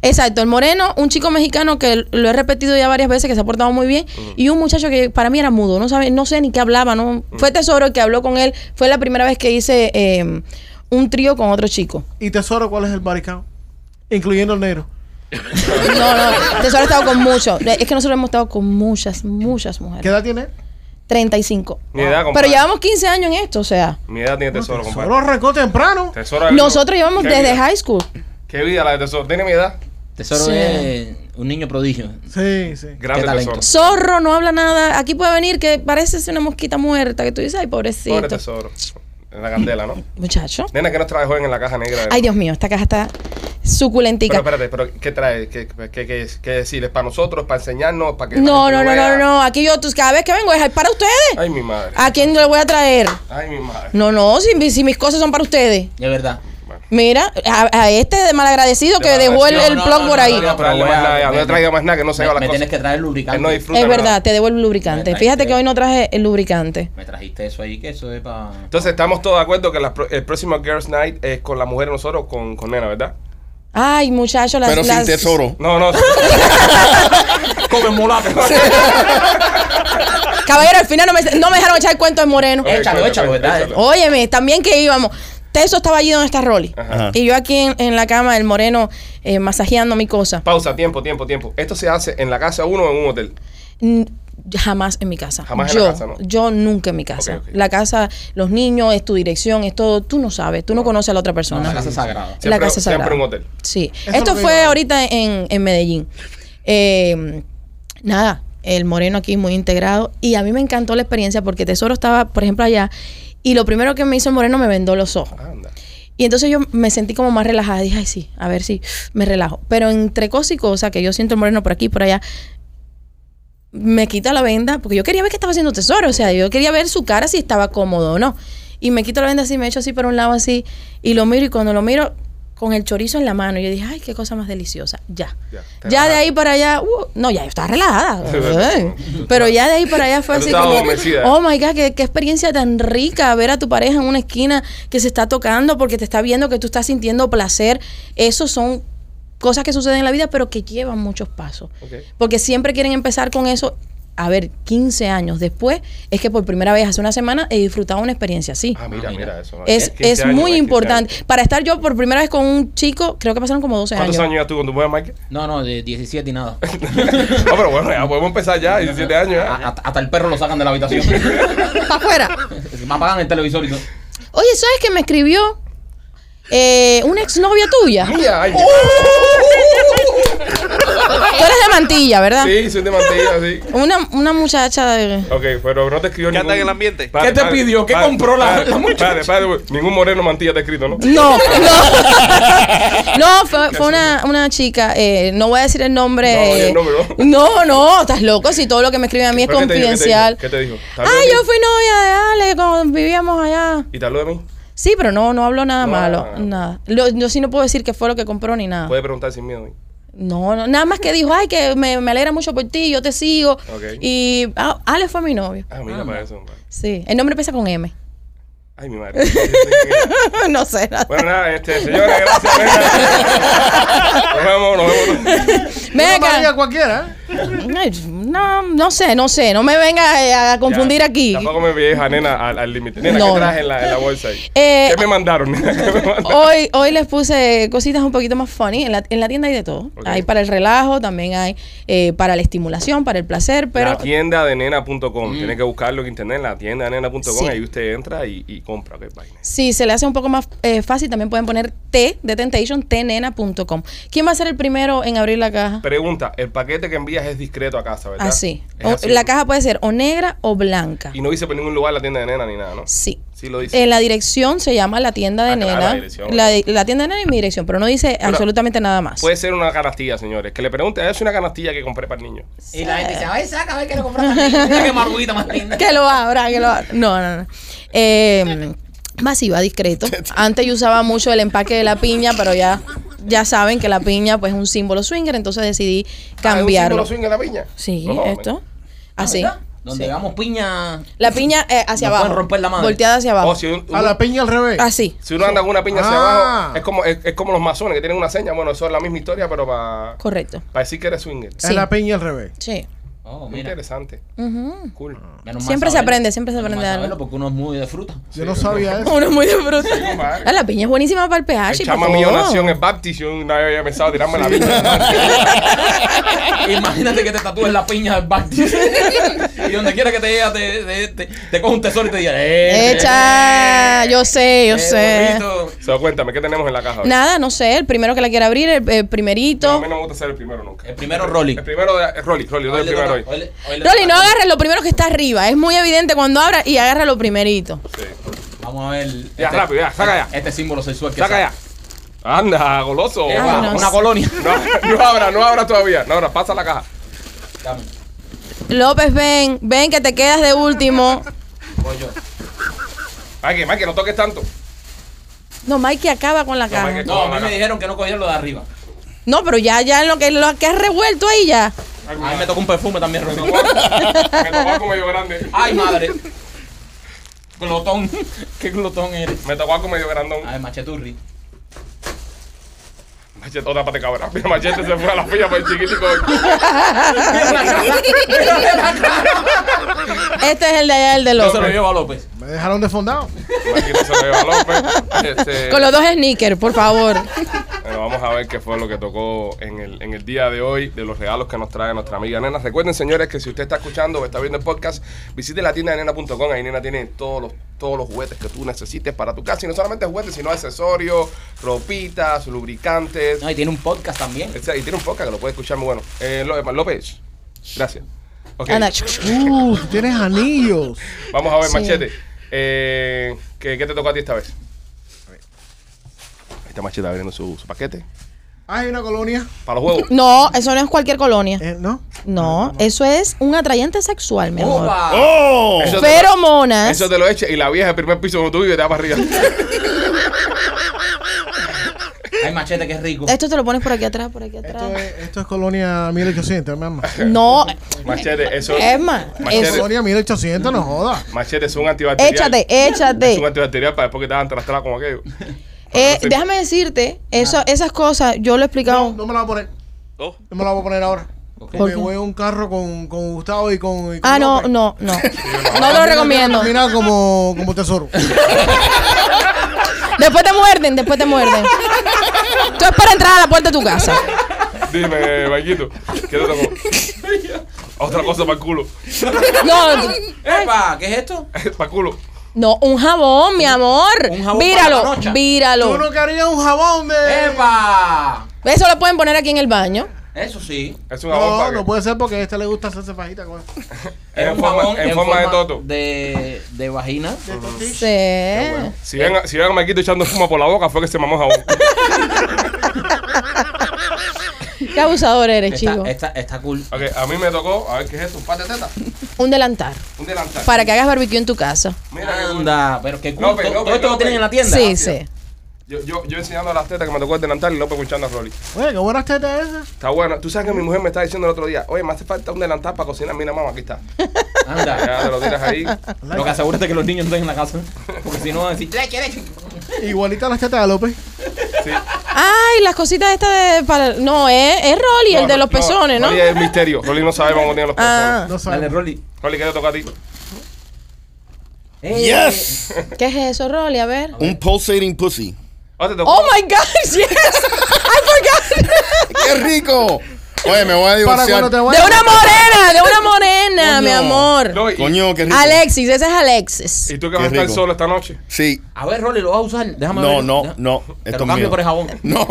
F: Exacto, el moreno, un chico mexicano que lo he repetido ya varias veces, que se ha portado muy bien, y un muchacho que para mí era mudo, no sabe, no sé ni qué hablaba, no, fue Tesoro el que habló con él, fue la primera vez que hice eh, un trío con otro chico.
C: ¿Y Tesoro cuál es el body count? Incluyendo el negro.
F: No, no, Tesoro ha estado con muchos, es que nosotros hemos estado con muchas, muchas
C: ¿Qué
F: mujeres.
C: edad tiene?
F: 35.
A: Mi edad,
F: Ah. Pero
A: compadre.
F: llevamos 15 años en esto, o sea,
A: Mi edad tiene tesoro,
C: Tesoro
A: compadre.
C: arrancó temprano.
A: Tesoro.
F: nosotros llevamos
A: ¿Qué
F: desde
A: vida?
F: high school.
A: Qué vida la de tesoro. Tiene mi edad.
B: Tesoro
F: Sí.
B: es un niño prodigio.
C: Sí, sí.
A: Grande
B: Qué talento.
A: tesoro.
F: Zorro no habla nada, aquí puede venir que parece ser una mosquita muerta, que tú dices, ay, pobrecito.
A: Pobre tesoro. En la candela, ¿no?
F: Muchacho.
A: Nena, que nos trabajó en la caja negra.
F: Ay, Dios mío, esta caja está
A: Pero
F: suculentica.
A: espérate, pero ¿qué trae? ¿Qué, qué, qué, es? ¿Qué decir? ¿Es para nosotros? ¿Para enseñarnos? ¿Para que la
F: No,
A: gente
F: no,
A: lo
F: no,
A: vea?
F: no, no. Aquí yo, tus- cada vez que vengo es para ustedes.
A: Ay, mi madre.
F: ¿A quién yo le voy a traer?
A: Ay, mi madre.
F: No, no, si, mi- si mis cosas son para ustedes.
B: Es verdad.
F: Mira, a, a este de malagradecido que dejó el,
B: No,
F: el
B: no,
F: blog
B: no,
F: por
B: no,
F: ahí.
A: No
B: no,
A: le traiga
B: pero
A: más
B: voy a-
A: nada, no le
B: me-
A: traiga más nada, que no se haga
B: Me,
A: las
B: me
A: cosas.
B: tienes que traer lubricante.
A: Él no disfruta.
F: Es verdad,
A: nada.
F: te devuelvo el lubricante.
B: Ay,
F: Fíjate que
B: qué-
F: hoy no traje el lubricante.
B: Me trajiste eso ahí, que eso es para...
A: Entonces, estamos todos de acuerdo que la pro- el próximo Girls Night es con la mujer de nosotros, con, con Nena, ¿verdad?
F: Ay, muchachos, las,
D: Pero sin
F: las-
D: tesoro.
A: No, no.
B: Come mulata.
F: Caballero, al final no me, no me dejaron echar el cuento de Moreno.
A: Eh.
B: échalo, échalo, ¿verdad?
A: Échalo.
F: Óyeme, también que íbamos. Teso estaba allí donde está Rolly.
A: Ajá.
F: Y yo aquí en, en la cama del Moreno eh, masajeando mi cosa.
A: Pausa, tiempo, tiempo, tiempo. Esto se hace en la casa uno o en un hotel.
F: N- Jamás en mi casa.
A: Jamás en
F: yo,
A: la casa, ¿no?
F: Yo nunca en mi casa.
A: Ok, ok.
F: La casa, los niños, es tu dirección, es todo. Tú no sabes, tú no conoces a la otra persona.
B: Una casa sagrada.
A: Siempre-
F: la casa es
A: siempre
F: sagrada.
A: un hotel.
F: Sí.
C: Eso
F: Esto
C: lo
F: fue
C: digo.
F: ahorita en, en Medellín. Eh, nada, el moreno aquí muy integrado. Y a mí me encantó la experiencia porque Tesoro estaba, por ejemplo, allá. Y lo primero que me hizo el moreno me vendó los ojos.
A: Anda.
F: Y entonces yo me sentí como más relajada. Dije, ay, sí, a ver si me relajo. Pero entre cosa y cosa, que yo siento el moreno por aquí y por allá, me quita la venda, porque yo quería ver qué estaba haciendo Tesoro. O sea, yo quería ver su cara si estaba cómodo o no. Y me quito la venda así, me echo así por un lado así, y lo miro. Y cuando lo miro, con el chorizo en la mano, yo dije, ay, qué cosa más deliciosa. Ya.
A: Ya,
F: Ya,
A: te
F: de
A: relajas.
F: ahí para allá, uh, no, ya yo estaba relajada.
A: Sí, bueno.
F: Pero ya de ahí para allá fue
A: Pero
F: así
A: estaba
F: como,
A: adormecida.
F: oh my God, qué, qué experiencia tan rica ver a tu pareja en una esquina que se está tocando porque te está viendo que tú estás sintiendo placer. Esos son cosas que suceden en la vida, pero que llevan muchos pasos.
A: Ok.
F: Porque siempre quieren empezar con eso. A ver, 15 años después, es que por primera vez hace una semana he disfrutado una experiencia así.
A: Ah, mira, mira eso.
F: es
A: 15
F: es
A: años,
F: muy
A: 15
F: importante.
A: años.
F: Para estar yo por primera vez con un chico, creo que pasaron como 12
A: ¿Cuántos
F: años.
A: años ya tú con tu mujer, Mike?
B: No, no, de 17 y nada.
A: No, pero bueno, ya podemos empezar ya, 17 años. ¿eh?
B: A-
A: ya.
B: a- hasta el perro lo sacan de la habitación.
F: Para afuera.
B: Me apagan el televisor y todo.
F: Oye, ¿sabes que me escribió eh, una exnovia tuya?
A: Mía, ay,
F: ¡Oh! Tú eres de mantilla, ¿verdad?
A: Sí, soy de mantilla, sí.
F: Una, una muchacha de...
A: Ok, pero no te escribió
E: ¿Qué
A: ningún...
E: anda en el ambiente?
A: Espérate,
B: ¿Qué te
A: espérate,
B: pidió? ¿Qué
A: espérate,
B: compró la-
A: espérate,
B: la muchacha?
A: espérate, espérate, ningún moreno mantilla te ha escrito, ¿no?
F: No, no. No, fue, fue una, una chica, eh, no voy a decir el nombre.
A: No, oye,
F: eh,
A: no, pero-
F: no, no, estás loco si todo lo que me escriben a mí es
A: ¿Pero qué te dijo?
F: confidencial.
A: ¿Qué te dijo? ¿Qué te dijo?
F: Ah, yo fui novia de Ale cuando vivíamos allá.
A: ¿Y te habló de mí?
F: Sí, pero no, no hablo nada
A: No,
F: malo,
A: no, no.
F: nada. Lo- yo sí no puedo decir que fue lo que compró ni nada.
A: Puedes preguntar sin miedo. ¿eh?
F: No, no, nada más que dijo, ay, que me, me alegra mucho por ti, yo te sigo.
A: Ok.
F: Y ah, Ale fue mi novio.
A: Ah, mira para eso. hombre.
F: Sí, el nombre empieza con M.
A: Ay, mi madre. Sí, sí, sí.
F: no sé nada.
A: Bueno, nada, este, señores, gracias. venga. Nos vemos, nos vemos.
F: Ven
C: Una
F: acá.
C: María cualquiera, ¿eh?
F: Ay, No, no sé, no sé. No me venga eh, a confundir
A: Ya,
F: aquí.
A: Tampoco me vieja, nena, al al límite. Nena,
F: No,
A: ¿qué
F: no.
A: traje en la, en la bolsa ahí?
F: Eh, oh,
A: ¿Qué me mandaron, nena? ¿Qué me mandaron?
F: Hoy, hoy les puse cositas un poquito más funny. En la, en la tienda hay de todo.
A: Ok.
F: Hay para el relajo, también hay eh, para la estimulación, para el placer, pero
A: la tienda de
C: Mm.
A: nena.com. Tiene que buscarlo en internet, la tienda de nena.com.
F: Sí.
A: Ahí usted entra y, y compra. qué vaina.
F: si se le hace un poco más eh, fácil, también pueden poner T de Temptation, tnena.com. ¿Quién va a ser el primero en abrir la caja?
A: Pregunta: el paquete que envías es discreto a casa, ¿verdad?
F: Así.
A: Es
F: O-
A: así.
F: Ah, Oh, La caja puede ser o negra o blanca.
A: Y no dice por ningún lugar la tienda de nena ni nada, ¿no?
F: Sí.
A: Sí lo dice.
F: En la dirección se llama la tienda de
A: Ah, claro,
F: nena.
A: la dirección.
F: la, la tienda de nena y mi dirección, pero no dice
A: Pero- pues
F: absolutamente nada más.
A: Puede ser una canastilla, señores. Que le pregunte, "Ah, es una canastilla que compré para el niño. Ah,
G: Y la gente dice, ay, saca, a ver que lo compraste. Mira qué marguita más linda.
F: Que lo abra, que lo abra. No, no, no. Eh, masiva, discreto. Antes yo usaba mucho el empaque de la piña, pero ya, ya saben que la piña pues es un símbolo swinger, entonces decidí
A: Ah,
F: cambiarlo.
A: ¿es un símbolo Oh, swing en la piña?
F: Sí,
A: No,
F: esto.
A: Ah,
F: Así.
G: ¿Verdad? Donde
F: Sí.
G: hagamos piña.
F: La piña eh, hacia
G: Nos pueden
F: abajo.
G: romper la madre.
F: Volteada hacia abajo.
A: Oh, si, un-
C: A la piña al revés.
F: Uh. Así.
A: si uno anda con una piña hacia
C: Ah.
A: abajo, es como, es, es como los masones que tienen una seña. Bueno, eso es la misma historia, pero para
F: Correcto.
A: decir que eres swinger.
C: A
F: sí.
C: la piña al revés.
F: Sí.
G: Oh,
A: Muy
G: mira.
A: Interesante.
F: Ujú.
A: Cool.
G: Menos mal
F: Siempre se aprende, siempre se
G: menos
F: aprende
G: mal
F: algo.
G: saberlo, Porque uno es muy de fruta.
C: Yo no sabía eso.
F: Uno muy de fruta.
A: compadre.
F: Ah, La piña es buenísima para el pH.
A: El
F: por
A: chama mío
F: favor.
A: nació en el Baptist. Yo no había pensado tirarme la piña.
G: Imagínate que te tatúes la piña del Bacti. y donde quiera que te llegue, te, te, te, te coge un tesoro y te diga, ¡eh!
F: Echa. Yo sé, yo
G: eh,
F: sé.
G: burrito.
A: So, cuéntame, ¿qué tenemos en la caja? hoy?
F: Nada, no sé, el primero que la quiera abrir, el, el
A: No, a
F: primerito.
A: mí no me gusta ser el primero nunca.
G: El primero, Rolly.
A: El primero de, es Rolly, Rolly, yo
G: Hoy
A: soy el
G: le
A: primero
G: toca-
A: hoy.
G: hoy le- hoy le
F: Rolly, no
G: toca-
F: agarres lo primero que está arriba. Es muy evidente cuando abra y agarra lo primerito.
G: Vamos a ver.
A: Ya, rápido, ya, saca ya.
G: Este símbolo sexual que
A: Saca ya. Anda, goloso.
G: Eh,
F: Ay,
G: va,
F: no
G: una
F: sé.
G: colonia.
A: No, no abra, no abra todavía. No abra, pasa la caja.
G: Dame.
F: López, ven, ven que te quedas de último.
G: Voy yo.
A: Ay, que, Mike, no toques tanto.
F: No, Mikey acaba con la caja.
A: Mikey.
G: No, a mí me dijeron que no cogían lo de arriba.
F: No, pero ya, ya en lo que, lo que has revuelto ahí ya.
A: Ay,
G: A mí me
A: madre.
G: tocó un perfume también,
A: Me
G: Rolly.
A: tocó- me tocó algo medio grande.
G: ¡Ay, madre! Glotón. ¿Qué glotón eres?
A: Me tocó algo medio grandón.
G: A ver, macheturri.
A: Machete, otra pata de cabra. Mira, machete se fue a la fila por el chiquitico.
F: Este es el de allá, el de
G: Yo se
F: López.
G: lo llevo a López.
C: Me dejaron desfondado.
A: Machete se lo lleva a López. Este,
F: Con los dos sneakers, por favor.
A: Bueno, vamos a ver qué fue lo que tocó en el, en el día de hoy de los regalos que nos trae nuestra amiga Nena. Recuerden, señores, que si usted está escuchando o está viendo el podcast, visite la tienda de nena.com. Ahí Nena tiene todos los, todos los juguetes que tú necesites para tu casa. Y no solamente juguetes, sino accesorios, ropitas, lubricantes.
F: Ah.
G: No, y tiene un podcast también.
A: O sea, Y tiene un podcast que lo puede escuchar muy bueno. Eh, Ló- López, gracias. Ok,
F: Anda.
C: Uh, tú tienes anillos.
A: Vamos a ver,
F: Sí.
A: Machete. Eh, ¿qué, qué te tocó a ti esta vez? Ahí está Machete abriendo su, su paquete.
C: Hay una colonia.
A: Para los juegos.
F: No, eso no es cualquier colonia.
C: Eh, ¿No?
F: No, eso es un atrayente sexual, mi amor.
G: ¡Opa!
D: ¡Oh!
A: Eso te-
F: Feromonas.
A: Eso te lo echa y la vieja del primer piso como tú y te da para arriba.
G: Ay, machete, qué rico.
F: Esto te lo pones por aquí atrás, por aquí
C: Esto
F: atrás.
C: es, esto es colonia 1800, mi amor.
F: No,
A: Machete, eso
F: es más.
A: Machete.
F: Eso.
C: Colonia 1800, no joda.
A: Machete es un antibacterial.
F: Échate,
A: Es un
F: échate.
A: antibacterial para después que te hagan trastrado como aquello.
F: Eh,
A: Sí.
F: déjame decirte, eso, esas cosas, yo lo he explicado.
C: No, no me la voy a poner.
E: Oh,
C: No me la voy a poner ahora.
G: Ok.
F: ¿Por
C: Porque
F: qué?
C: voy a un carro con, con Gustavo y con. y con
F: ah, no,
C: López.
F: no, no. No lo
C: Mira,
F: recomiendo.
C: Mira como, como tesoro.
F: Después te muerden, después te muerden. Tú es para entrar a la puerta de tu casa.
A: Dime, Vaquito, ¿qué te tocó? Otra cosa para el culo.
F: No,
G: ¡Epa! ¿Qué es esto?
A: para el culo.
F: no, un jabón, mi amor.
G: Un jabón para
F: víralo,
G: la noche.
C: Tú
F: víralo.
C: no querías un jabón de.
G: ¡Epa!
F: Eso lo pueden poner aquí en el baño.
G: Eso sí.
A: Es un jabón
C: No,
A: para
C: no
A: que-
C: puede ser porque a este le gusta hacerse fajita con esto.
A: en,
G: un
A: forma,
G: jabón
A: en forma de toto.
G: De, de vagina.
F: Sí.
A: Si ven, a- si ven a Maquito echando fuma por la boca, fue que se mamó jabón.
F: Qué abusador eres, chico.
G: Está, está, está cool.
A: ok, a mí me tocó, a ver qué es esto, un par de tetas,
F: Un delantal.
A: un delantal.
F: Para que hagas barbecue en tu casa.
A: Mira qué cool.
G: Anda, pero qué cool.
A: López,
G: Todo-
A: López,
G: todo esto lo
A: López.
G: tienen en la tienda.
B: Ah,
F: Sí, sí.
A: Yo, yo, yo enseñando las tetas que me tocó el delantal y López escuchando a Rolly.
C: Oye, qué buenas tetas esas.
A: Está bueno. Tú sabes que mi mujer me estaba diciendo el otro día, oye, me hace falta un delantal para cocinar. Mira, mamá, aquí está.
G: Anda.
A: Ya te lo tiras ahí.
G: Lo que asegúrate que los niños no estén en la casa. Porque si no van a decir, leche, leche.
C: Igualita a las tetas de López.
F: Ay, las cositas estas de. para- no, es, es Rolly, el de los pezones, ¿no?
A: Rolly es misterio. Rolly no sabe cómo tiene los
F: Ah,
A: pezones.
C: No
G: Dale,
C: sabemos.
G: Rolly.
A: Rolly, ¿qué te toca a ti?
B: Eh,
D: Yes.
F: ¿qué es eso, Rolly? A ver.
D: Un pulsating pussy.
A: Oh, te tocó.
F: Oh my God, yes. I forgot.
D: ¡Qué rico! Oye, me voy a
C: Para
D: divorciar.
C: cuando te
F: De
C: vayas.
F: una morena, de una morena,
D: Coño.
F: mi amor.
A: No, y,
D: Coño, qué rico.
F: Alexis, ese es Alexis.
A: ¿Y tú que vas a
D: Qué
A: estar
D: rico.
A: solo esta noche?
D: Sí.
B: A ver, Rolly, ¿lo vas a usar? Déjame
D: No,
B: ver.
D: no,
B: Deja-
D: no.
B: Te
D: Esto
B: lo
D: es
B: cambio
D: mío.
B: por el jabón.
D: No.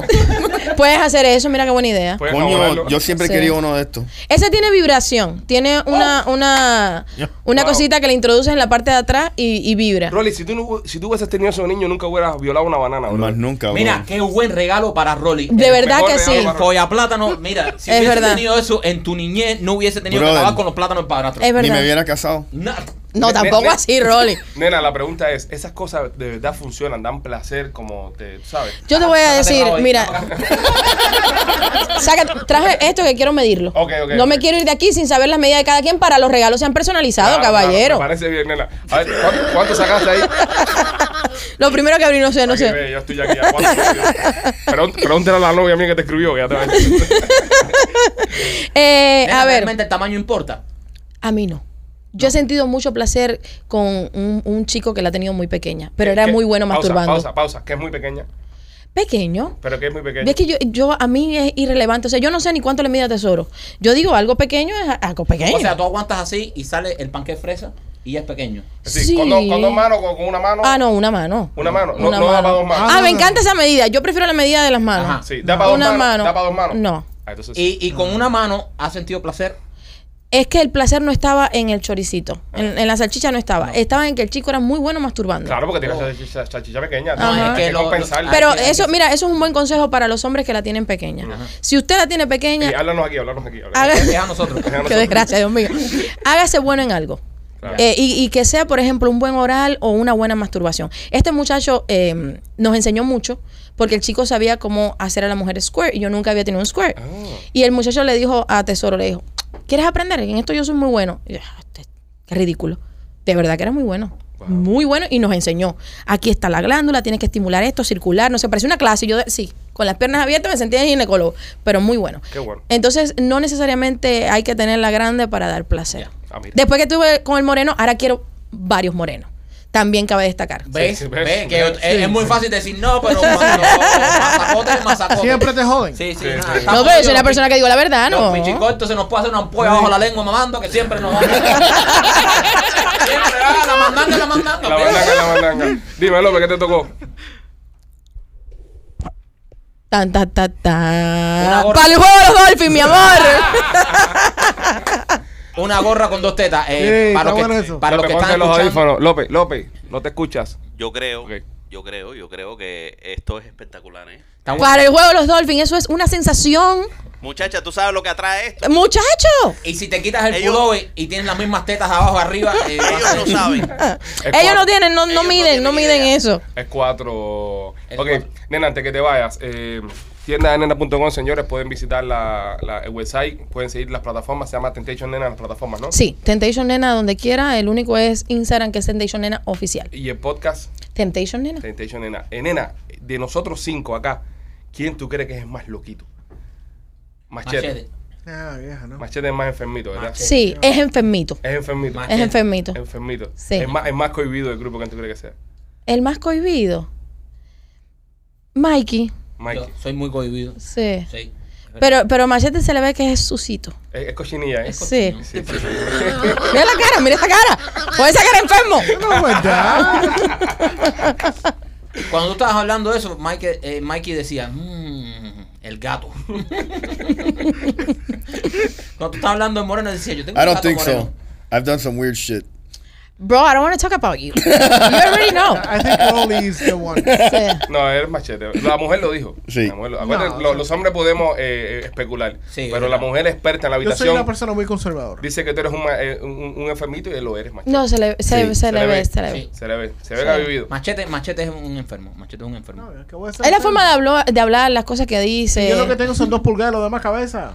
F: Puedes hacer eso, mira qué buena idea.
A: Puedes
D: Coño,
A: enamorarlo.
D: yo siempre
F: Sí.
D: quería uno de estos.
F: Ese tiene vibración, tiene una una una
A: Wow.
F: cosita que le introduces en la parte de atrás y, y vibra.
A: Rolly, si tú, no, si tú hubieses tenido esos niños, nunca hubieras violado una banana, bro.
D: Más nunca,
B: Mira,
D: bro.
B: qué buen regalo para Rolly.
F: De
B: El
F: verdad
A: Eh, mejor
F: que
A: regalo
F: sí.
A: para-
B: Folla plátano, mira, si
F: Es
B: hubiese
F: verdad.
B: tenido eso en tu niñez, no hubiese tenido que
D: Brother.
B: acabar con los plátanos en padrastro.
F: Es
D: Ni me
F: verdad.
D: hubiera casado.
B: Na-
F: No, tampoco así, Rolly.
A: Nena, la pregunta es, ¿esas cosas de verdad funcionan? ¿Dan placer como Ah, te, tú sabes?
F: Yo te voy a decir,
B: Sácate el
F: mira,
B: jabón.
F: saca, traje esto que quiero medirlo.
A: Ok, ok,
F: no me
A: ok.
F: quiero ir de aquí sin saber las medidas de cada quien para los regalos sean personalizados,
A: Claro,
F: caballero.
A: claro, me parece bien, nena. A ver, ¿cuánto, cuánto sacaste ahí?
F: Lo primero que abrí, no sé, no
A: Aquí
F: sé.
A: ve, yo estoy aquí. ¿a cuánto? Pregun- Pregúntale a la novia mía que te escribió, que ya te va a decir.
F: Eh,
B: Nena,
F: a ver.
B: Realmente el tamaño importa.
F: A mí no. Yo he sentido mucho placer con un, un chico que la ha tenido muy pequeña, pero era
A: ¿Qué?
F: muy bueno
A: Pausa,
F: masturbando.
A: Pausa, pausa, que es muy pequeña.
F: Pequeño.
A: Pero que es muy pequeña.
F: Es que yo, yo, a mí es irrelevante. O sea, yo no sé ni cuánto le mide a tesoro. Yo digo, algo pequeño es algo pequeño.
B: O sea, tú aguantas así y sale el panque fresa y ya es pequeño.
A: Es decir, con, dos,
F: sí.
A: con dos manos, con, con una mano.
F: ah, no, una mano.
A: Una mano. No,
F: Una
A: no da
F: mano.
A: para dos manos.
F: Ah, me
C: no, no.
F: encanta esa medida. Yo prefiero la medida de las manos.
B: Ajá.
A: sí, da para dos
F: una
A: manos.
F: mano.
A: Da para dos manos.
F: No.
A: Ah, entonces sí.
B: Y, y con una mano has sentido placer.
F: Es que el placer no estaba en el choricito.
A: Ah.
F: En, en la salchicha no estaba. Estaba en que el chico era muy bueno masturbando.
A: Claro, porque tienes esa esa salchicha pequeña.
F: No,
A: tienes
F: es
A: que
B: que lo-
A: compensar.
B: lo-
F: Pero
B: Hay que- hay
F: eso,
B: que-
F: mira, eso es un buen consejo para los hombres que la tienen pequeña. Si usted la tiene pequeña,
A: Y háblanos aquí, háblanos aquí. háblanos
F: haga-
A: aquí.
B: Deja a nosotros.
A: Déjanos
F: Qué
A: nosotros.
F: desgracia, Dios mío. Hágase bueno en algo.
A: Claro.
F: Eh, y, y que sea, por ejemplo, un buen oral o una buena masturbación. Este muchacho eh, nos enseñó mucho porque el chico sabía cómo hacer a la mujer squirt y yo nunca había tenido un squirt.
A: Ah.
F: Y el muchacho le dijo a Tesoro, le dijo, ¿quieres aprender? En esto yo soy muy bueno. Y yo, "Ah, este- qué ridículo. De verdad que era muy bueno. Muy bueno y nos enseñó. Aquí está la glándula, tienes que estimular esto, circular, no sé, parece una clase. Y Yo, de- sí, con las piernas abiertas me sentía ginecólogo, pero muy bueno.
A: Qué bueno.
F: Entonces, no necesariamente hay que tenerla grande para dar placer.
A: Ah, mira.
F: Después que tuve con el moreno, ahora quiero varios morenos. También cabe destacar.
B: ¿Ves?
A: sí, ves,
B: ¿Ves? Que
A: ves.
B: es, es muy fácil decir no, pero no, masacote es masacote.
C: Siempre te joden.
B: Sí, sí.
A: Sí,
B: nada,
A: sí.
B: estamos
F: No, pero yo soy
B: los
F: una persona que digo la verdad,
B: Los
F: Ah, ¿no?
B: pichicortos se nos puede hacer una ampolla bajo la lengua mamando que siempre nos van Siempre, ah, la mandanga, la mandanga.
A: La mandanga, la mandanga. Dime, López, ¿qué te tocó?
F: Tan, tan, tan,
B: Una
F: tan.
B: gorra.
F: Para el juego de los Dolphins, mi amor.
B: Una gorra con dos tetas. eh,
C: Sí,
B: para
C: está
B: los
C: bueno
B: que,
C: eso.
B: para los que
A: López,
B: están
A: ponte los
B: escuchando.
A: audífonos. López, López, no te escuchas.
E: Yo creo,
A: Ok.
E: yo creo, yo creo que esto es espectacular, ¿eh?
B: Está bueno.
F: Para el juego de los Dolphins, eso es una sensación.
E: Muchacha, ¿tú sabes lo que atrae esto?
F: Muchacho,
B: Y si te quitas el
E: Ellos-
B: pullover y tienes las mismas tetas abajo arriba, eh, va a
E: Ellos
B: ser-
E: no saben.
A: este Es
F: ellos
A: cuatro.
F: no tienen, no, no
E: Ellos no
F: miden, no
E: tienen
F: miden
E: idea.
F: eso.
A: Es cuatro.
B: Es
A: ok,
B: cuatro.
A: nena, antes que te vayas, eh, tienda de nena.com, señores, pueden visitar la, la- el website, pueden seguir las plataformas, se llama Temptation Nena en las plataformas, ¿no?
F: Sí, Temptation Nena donde quiera, el único es Instagram que es Temptation Nena oficial.
A: Y el podcast,
F: Temptation Nena.
A: Temptation Nena. Eh, nena, de nosotros cinco acá, ¿quién tú crees que es el más loquito? Machete.
B: Machete.
A: Machete,
C: Ah, vieja, ¿no?
A: es más enfermito, ¿verdad?
B: Machete.
F: Sí, es enfermito.
A: Es enfermito.
B: Machete.
F: Es enfermito.
A: Enfermito.
F: Sí.
A: Es más, es más cohibido del grupo que tú crees que sea.
F: El más cohibido. Mikey.
B: Yo
A: Mikey.
B: soy muy cohibido.
F: Sí.
B: Sí.
F: Pero, pero Machete se le ve que es sucito.
A: Es, es cochinilla, ¿eh?
F: Sí.
A: Sí, sí.
F: Mira la cara, mira esa cara. Puede sacar enfermo.
C: No, pues ¿verdad?
B: Cuando tú estabas hablando de eso, Mike, eh, Mikey decía, "Mm, el gato. Cuando tú estabas hablando de Moreno, decía, yo tengo
D: I
B: un
D: don't
B: gato
D: think
B: moreno.
D: so. I've done some weird shit.
F: Bro, I don't want to talk about you. You already know.
C: I think Rolly is the one.
F: Sí.
A: No, es machete. La mujer lo dijo.
D: Sí.
A: La mujer lo- acuérdate,
C: No,
A: lo-
C: no.
A: los hombres podemos eh, eh, especular.
B: Sí,
A: pero
B: verdad.
A: la mujer experta en la
C: Yo soy una
A: habitación
C: persona muy conservadora.
A: dice que tú eres un, ma- eh, un, un enfermito y lo eres, machete.
F: No, se le, se,
D: Sí,
F: se le ve, se le ve.
B: Sí.
A: Se le ve. Se ve que ha vivido.
B: Machete, machete es un enfermo. Machete es un
C: Ah,
B: enfermo.
C: No, ¿qué voy a hacer?
F: Es la forma de hablar, de hablar las cosas que dice.
C: Yo lo que tengo son dos pulgares, lo demás cabeza.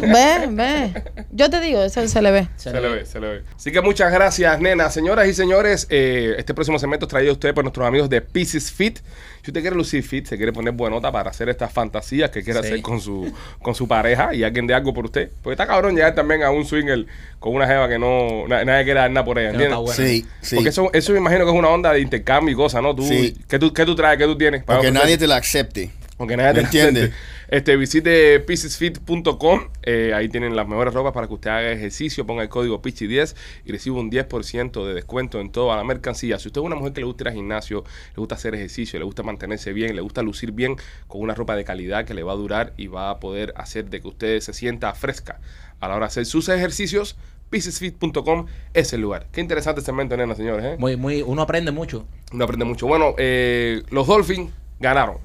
F: Ve, ve. Yo te digo, se, se le ve.
A: Se le ve, se le ve. Así que muchas gracias, nenas. Señoras y señores, eh, este próximo segmento es traído a ustedes por nuestros amigos de Pieces Fit. Si usted quiere lucir fit, se quiere poner buenota para hacer estas fantasías que quiere
B: Sí.
A: hacer con su, con su pareja y alguien de algo por usted. Porque está cabrón llegar también a un swinger con una jeva que no na- nadie quiere dar nada por ella,
B: Que no está
A: ¿entiendes?
B: buena.
D: Sí, sí.
A: Porque eso, eso me imagino que es una onda de intercambio y cosas, ¿no? Tú,
D: Sí.
A: ¿qué, tú, ¿Qué tú traes? ¿Qué tú tienes? Para
D: Porque
A: ofrecer.
D: nadie te la acepte.
A: Aunque nadie te
D: ¿Me entiendes?
A: entiende. Este, visite piecesfit.com. eh, ahí tienen las mejores ropas para que usted haga ejercicio. Ponga el código PICHI10 y reciba un 10% de descuento en toda la mercancía. Si usted es una mujer que le gusta ir al gimnasio, le gusta hacer ejercicio, le gusta mantenerse bien, le gusta lucir bien con una ropa de calidad que le va a durar y va a poder hacer de que usted se sienta fresca a la hora de hacer sus ejercicios. piecesfit.com es el lugar. Qué interesante segmento, nena, señores. ¿eh?
B: Muy, muy, uno aprende mucho.
A: Uno aprende mucho. Bueno, eh, los Dolphins ganaron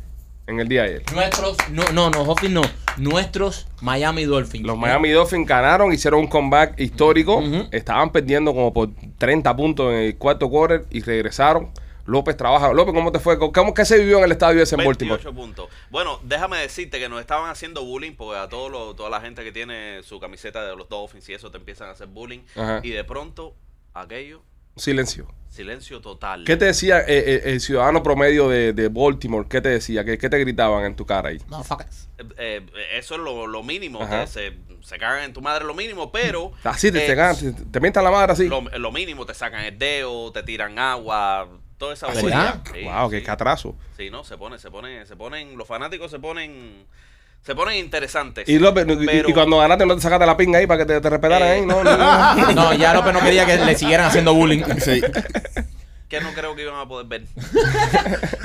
A: en el día de ayer.
B: Nuestros, no, no, no, Dolphins no. Nuestros Miami Dolphins.
A: Los Miami Dolphins ganaron, hicieron un comeback histórico.
B: Ujú.
A: Estaban perdiendo como por 30 puntos en el cuarto quarter y regresaron. López trabaja. López, ¿cómo te fue? ¿Cómo que se vivió en el estadio ese en Baltimore?
E: 28 puntos. Bueno, déjame decirte que nos estaban haciendo bullying porque a todos los- toda la gente que tiene su camiseta de los Dolphins y eso te empiezan a hacer bullying.
A: Ajá.
E: Y de pronto, aquello,
A: Silencio.
E: silencio total.
A: ¿Qué te decía eh, eh, el ciudadano promedio de, de Baltimore? ¿Qué te decía? ¿Qué, qué te gritaban en tu cara ahí?
B: Motherfuckers.
E: Eh, eh, eso es lo, lo mínimo.
A: Ajá.
E: que se, se cagan en tu madre lo mínimo, pero.
A: Así te,
E: eh,
A: te ganan, te, te mientan la madre así.
E: Lo, lo mínimo, te sacan el dedo, te tiran agua, toda esa
B: ¿Así?
E: bobería.
B: Ah,
E: Sí,
A: wow,
E: sí.
A: qué catrazo.
E: Sí, no, se pone, se pone, se ponen, los fanáticos se ponen, se ponen interesantes.
A: Y, López, y-
E: Pero-
A: y cuando ganaste, no te sacaste la pinga ahí para que te, te respetaran
E: Eh.
A: ahí. No, no, no.
B: No, ya López no quería que le siguieran haciendo bullying.
D: Sí.
E: que no creo que iban a poder ver.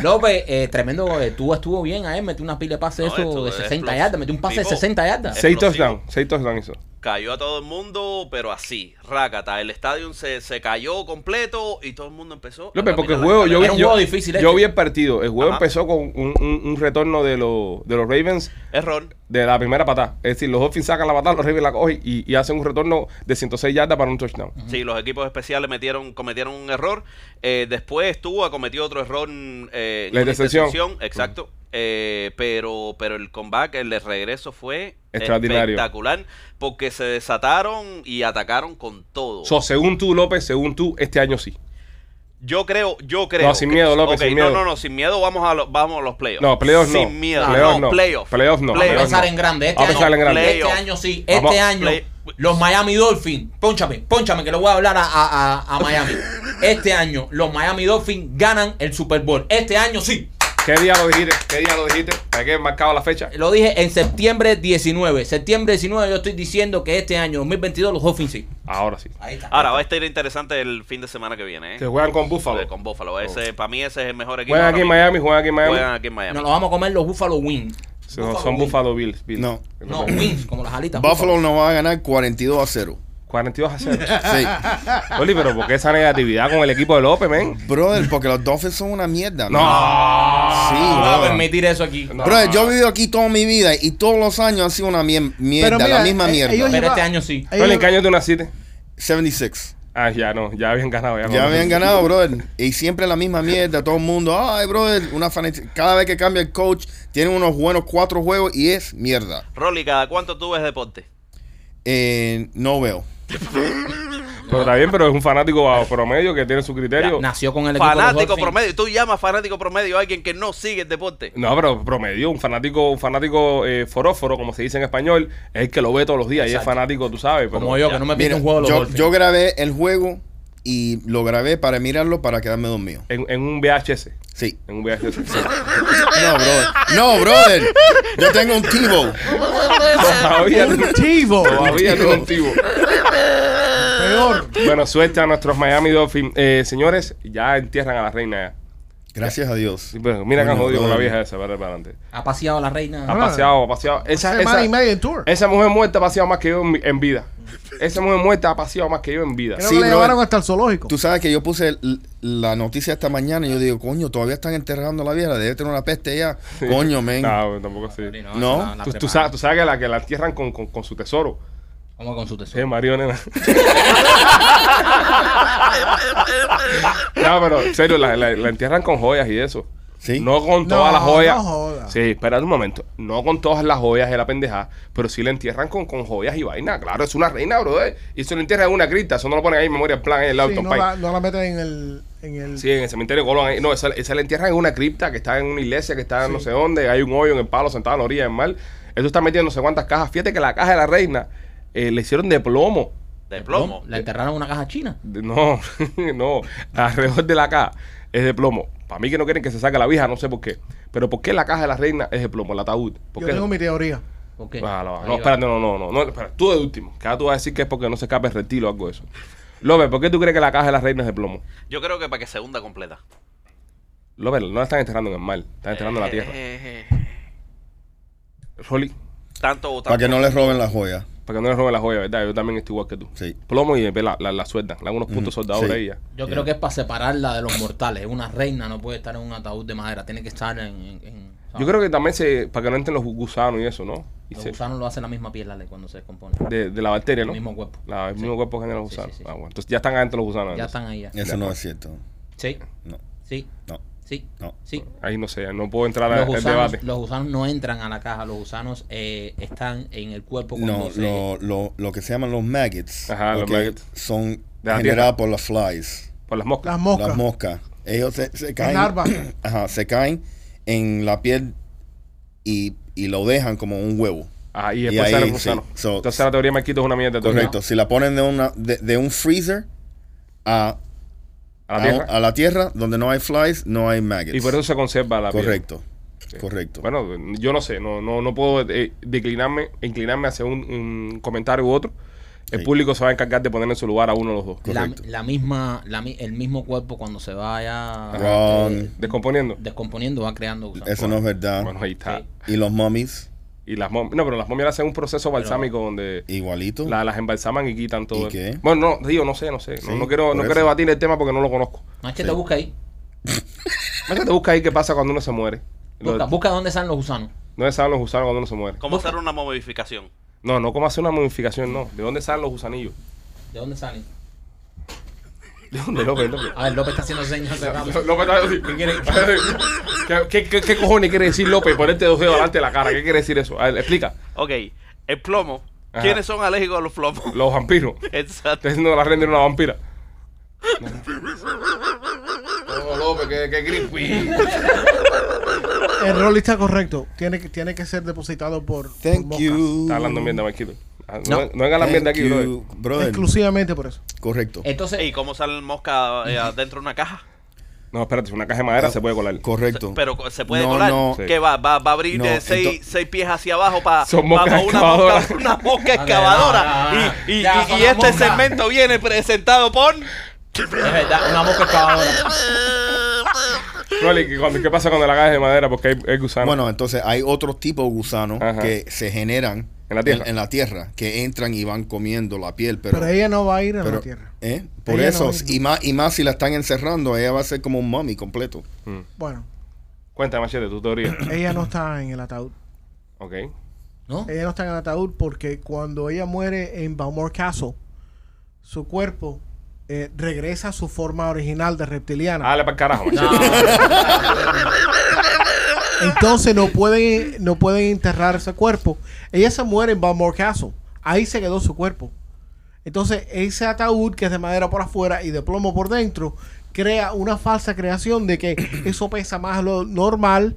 B: López, eh, tremendo. eh, tú estuvo bien a él. Metió una pila de pases
E: No,
B: eso
E: esto
B: de
E: es
B: 60
E: explosivo.
B: yardas. Metió un pase de
E: Tipo,
B: 60 yardas.
E: es-
A: Seis
E: Explosivo.
A: touchdowns. Seis touchdowns hizo.
E: Cayó a todo el mundo, pero así, rácata. El estadio se, se cayó completo y todo el mundo empezó. a
A: López,
E: caminar
A: porque el
E: las
A: juego, yo, vi-
B: Era
E: escaleras.
B: un
A: yo-
B: juego difícil
A: yo
B: este.
A: vi el partido. El juego
E: Ajá.
A: empezó con un, un- un retorno de los, de los Ravens
E: Error.
A: de la primera patada. Es decir, los Dolphins sacan la patada, los Ravens la cogen y, y hacen un retorno de 106 yardas para un touchdown.
E: Sí, los equipos especiales metieron, cometieron un error. Eh, después Tua cometió otro error. eh, en
A: La
E: una
A: intercepción. Mm.
E: intercepción, Exacto. Eh, pero, pero el comeback, el regreso fue
A: Extraordinario.
E: espectacular porque se desataron y atacaron con todo.
A: So, según tú, López, según tú, este año sí.
E: Yo creo, yo creo.
A: No, sin miedo, López,
E: Ok,
A: sin miedo.
E: No, no, no, sin miedo vamos a, los vamos a los playoffs.
A: No, playoffs no.
E: Sin miedo.
A: Playoffs no.
E: no, playoffs.
A: Playoffs no.
B: Vamos a
A: Playoffs
B: pensar
A: no.
B: en grande. Este,
A: Vamos a
B: año,
A: pensar en grande.
B: este año sí. Este
A: Vamos.
B: año
E: Play-
B: los Miami Dolphins. Pónchame, pónchame que le voy a hablar a, a- a- a Miami. Este año los Miami Dolphins ganan el Super Bowl. Este año sí.
A: ¿Qué día lo dijiste? ¿Qué día lo dijiste? ¿Para qué marcado la fecha?
B: Lo dije en septiembre 19. Septiembre 19 yo estoy diciendo que este año 2022 los Dolphins sí.
A: Ahora sí.
B: Ahí está.
E: Ahora va a estar interesante el fin de semana que viene. ¿eh?
A: Se juegan con Buffalo.
E: Eh, Con Buffalo. Ese, Para mí ese es el mejor equipo.
A: Juegan
E: ahora
A: aquí en
E: mismo.
A: Miami, juegan aquí en Miami.
E: Juegan aquí en Miami.
B: Nos lo vamos a comer los Buffalo Wings.
A: So, son
B: Wings.
A: Buffalo Bills. Bills.
D: No.
B: No, Wings, como las alitas.
D: Buffalo nos va a ganar 42 a 0.
A: 42 a 0.
D: Sí.
A: Oli, pero ¿por qué esa negatividad con el equipo de López, men?
D: Brother, porque los Dolphins son una mierda.
A: No.
D: man. Sí,
B: Ah, No va a
D: brother.
B: permitir eso aquí.
A: No.
D: Brother, yo he vivido aquí toda mi vida y todos los años ha sido una mier- mierda,
C: Pero mira,
D: la misma
C: eh,
D: mierda.
C: ellos-
B: Pero este año sí.
A: Oli, ¿en qué año tú naciste?
D: 76.
A: Ah, ya no, ya habían ganado. Ya, no.
D: Ya habían ganado, brother. Y siempre la misma mierda. Todo el mundo, ay, brother, una fanática. Cada vez que cambia el coach, tienen unos buenos cuatro juegos y es mierda.
E: Rolly, ¿cada cuánto tú ves deporte?
D: Eh, no veo.
A: Pero está bien, pero es un fanático bajo promedio que tiene su criterio.
B: Nació con el equipo de los
E: Fanático
B: Dolphins.
E: promedio. Tú llamas fanático promedio a alguien que no sigue el deporte.
A: No, pero promedio, un fanático, un fanático eh, foróforo, como se dice en español, es el que lo ve todos los días y es
B: Exacto.
A: fanático, tú sabes. Pero,
B: Como yo, que no me pierdo un
D: Mira,
B: juego de los
D: yo,
B: Dolphins.
D: yo grabé el juego y lo grabé para mirarlo para quedarme dormido.
A: En, en un VHS.
D: Sí.
A: En un VHS.
D: No, brother. No, brother. Yo tengo un Tivo.
A: todavía no,
C: Chivo.
A: todavía no contigo.
C: Peor.
A: Bueno, suerte a nuestros Miami Dolphins. Eh, señores, ya entierran a la reina. ya.
D: Gracias a Dios.
A: Sí, pero mira que han
D: Coño,
A: jodido con la
D: brother.
A: vieja esa, para para adelante.
B: Ha paseado la reina.
A: Ha paseado, ha paseado. Esa,
C: Esa, semana y
A: esa,
C: media en tour.
A: esa mujer muerta ha paseado más que yo en, mi- en vida. Esa mujer muerta ha paseado más que yo en vida.
C: Creo que
D: Sí,
C: le
D: brother.
C: llevaron hasta el zoológico.
D: Tú sabes que yo puse l- la noticia esta mañana y yo digo, coño, todavía están enterrando a la vieja. Debe tener una peste ya. Coño, men.
A: No, tampoco así.
D: No,
A: Tú, tú sabes, tú sabes que la que la entierran con, con, con su tesoro.
B: Vamos con su
A: Sí,
B: tesoro.
A: Mario, nena. no, pero en serio, la, la- la entierran con joyas y eso.
D: Sí.
A: No con
C: No,
A: todas las joyas.
C: no jodas.
A: sí, espérate un momento. No con todas las joyas de la pendejada, pero sí le entierran con, con joyas y vaina. Claro, es una reina, brother. Y se lo entierran en una cripta. Eso no lo ponen ahí en memoria en plan en el lado
C: Sí,
A: del
C: no,
A: país.
C: la, no la meten en el. En el
A: Sí, en el cementerio de Colón. ahí- No, esa, esa la entierran en una cripta que está en una iglesia que está en no sé dónde. Hay un hoyo en el palo sentado en la orilla del mar. Eso está metido en no sé cuántas cajas. Fíjate que la caja de la reina eh, le hicieron de plomo.
E: De plomo.
B: La enterraron en una caja china.
A: De- No, no. Alrededor de la caja es de plomo. Para mí que no quieren que se saque la vieja, no sé por qué. Pero ¿por qué la caja de la reina es de plomo, el ataúd? ¿Por
C: yo
A: qué?
C: tengo mi teoría.
B: ¿Por qué?
A: Ah, no,
B: Ahí
A: no,
B: va.
A: espérate, no, no, no, no, espérate, tú de último. Que ahora tú vas a decir que es porque no se escape el reptil o algo de eso. López, ¿por qué tú crees que la caja de la reina es de plomo?
E: Yo creo que para que se hunda completa.
A: López, no la están enterrando en el mar, están enterrando en la tierra.
E: Eh,
A: Rolly,
E: tanto o tanto.
D: Para que no les roben las joyas.
A: para que no le roben la joya, ¿verdad? Yo también estoy igual que tú.
D: Sí.
A: Plomo y después la, la, la sueltan, le dan unos puntos
D: Ujú,
A: soldados
D: sí.
A: ahí ya.
B: Yo creo que es para separarla de los mortales. Una reina no puede estar en un ataúd de madera. Tiene que estar en. en- en-
A: Yo creo que también se, para que no entren los gusanos y eso, ¿no? Y
B: Ah. Los
A: se-
B: gusanos lo hacen la misma piel, Lale, cuando se descompone.
A: de, de la bacteria, ¿no?
B: El mismo cuerpo.
A: La- el mismo cuerpo genera los
B: Sí,
A: gusanos.
B: sí, sí,
A: Ah,
B: sí.
A: bueno. Entonces ya están adentro los gusanos.
B: Ya
A: entonces.
B: están ahí. Ya.
D: Eso no es cierto.
B: Sí,
D: No,
B: sí,
D: no,
B: sí,
D: no.
B: sí.
A: Ahí no sé, no puedo entrar
B: Los
A: al al
B: gusanos,
A: debate.
B: los gusanos no entran a la caja. Los gusanos eh, están en el cuerpo cuando
D: No,
B: se-
D: lo, lo, lo que se llaman los maggots,
A: Ajá, los
D: ok,
A: maggots.
D: son
A: De la
D: generados por las flies,
A: Por las moscas.
C: Las moscas.
D: las moscas. Ellos se, se caen,
C: larvas.
D: ajá, se caen en la piel y, y lo dejan como un huevo.
A: Ah, y
D: Y
A: después
D: ahí,
A: sale el
D: sí.
A: gusano.
D: So-
A: Entonces la teoría de Marquito es una mierda. de teoría.
D: Correcto. Si la ponen de una de, de un freezer a
A: A la tierra.
D: a- a la tierra, donde no hay flies, no hay maggots.
A: y por eso se conserva la piel.
D: Correcto. Correcto.
A: Bueno, yo no sé, no, no, no puedo eh, declinarme, inclinarme hacia un, un comentario u otro. El
D: Sí.
A: público se va a encargar de poner en su lugar a uno de los dos.
B: la,
D: Correcto.
B: la misma, la, mi- el mismo cuerpo cuando se vaya
D: Wrong.
B: eh,
A: Descomponiendo.
B: descomponiendo va creando gusanos.
D: eso no es verdad.
A: Bueno, ahí está.
B: Sí.
D: Y los mummies,
A: Y las momias. No, pero las momias hacen un proceso balsámico donde.
D: igualito.
A: La- las embalsaman y quitan todo.
D: ¿Y
A: el-
D: qué?
A: Bueno, no, digo, no sé, no sé. No-
D: Sí,
A: no quiero,
D: por
A: no
D: eso.
A: quiero debatir el tema porque no lo conozco.
B: Machete, busca ahí.
A: Mira, te busca ahí qué pasa cuando uno se muere. Lo-
B: Busca, busca dónde están los gusanos.
A: ¿Dónde salen los gusanos cuando uno se muere?
E: ¿Cómo hacer una momificación?
A: No, no como hacer una modificación, no. ¿De dónde salen los gusanillos?
B: ¿De dónde salen?
A: ¿De dónde, López? López?
B: A ver, López está haciendo señas hace rato.
A: López está así. ¿Qué, qué- qué- qué cojones quiere decir López? Ponerte dos dedos delante de la cara. ¿Qué quiere decir eso? A ver, explica.
E: Ok, el plomo.
A: Ajá.
E: ¿Quiénes son alérgicos a los plomos?
A: Los vampiros.
E: Exacto.
A: Estás haciendo la render una vampira. No, López, qué, qué creepy.
C: El rol está correcto. Tiene que, tiene que ser depositado por, por
D: Thank
C: moscas.
D: you.
A: Está hablando mierda, Marquito. Ah, No,
B: No.
A: no, venga la
D: Thank
A: mierda aquí,
D: you,
A: brother. Eh,
D: brother.
C: Exclusivamente por eso.
D: Correcto.
B: Entonces,
E: ¿Y cómo salen moscas eh, adentro de una caja?
A: No, espérate, si una caja de madera se puede colar.
D: Correcto.
E: Pero co- se puede
D: No,
E: colar.
D: no.
E: ¿Qué va? ¿Va, va a abrir
D: No,
E: de seis,
D: ento-
E: seis pies hacia abajo para
A: Son moscas
E: una
A: excavadoras.
E: mosca, una mosca
B: no,
E: excavadora?
B: no, no, no.
E: Y, y-
B: Ya,
E: y-
B: son
E: y
B: las
E: este
B: moscas.
E: segmento viene presentado por.
B: es verdad, una mosca excavadora.
A: Rolly, ¿qué- cuando- ¿qué pasa cuando la caja es de madera? Porque hay, hay gusanos.
D: Bueno, entonces hay otros tipos de gusanos
A: Ajá.
D: que se generan
A: En la tierra.
D: en, la tierra, que entran y van comiendo la piel, pero...
C: Pero, ella no va a ir a
D: pero-
C: la tierra.
D: ¿eh? Por
C: Ella
D: eso,
C: no es-
D: y, más, y más si la están encerrando, ella va a ser como un mummy completo.
C: Bueno,
A: Cuéntame, Machete, tu teoría.
C: ella no está en el ataúd.
A: ok.
B: ¿No?
C: Ella no está en el ataúd porque cuando ella muere en Balmore Castle, su cuerpo eh, regresa a su forma original de reptiliana.
A: Dale para el carajo, Machete.
C: Entonces no pueden, no pueden enterrar ese cuerpo. Ella se muere en Balmore Castle. Ahí se quedó su cuerpo. Entonces ese ataúd que es de madera por afuera y de plomo por dentro crea una falsa creación de que eso pesa más de lo normal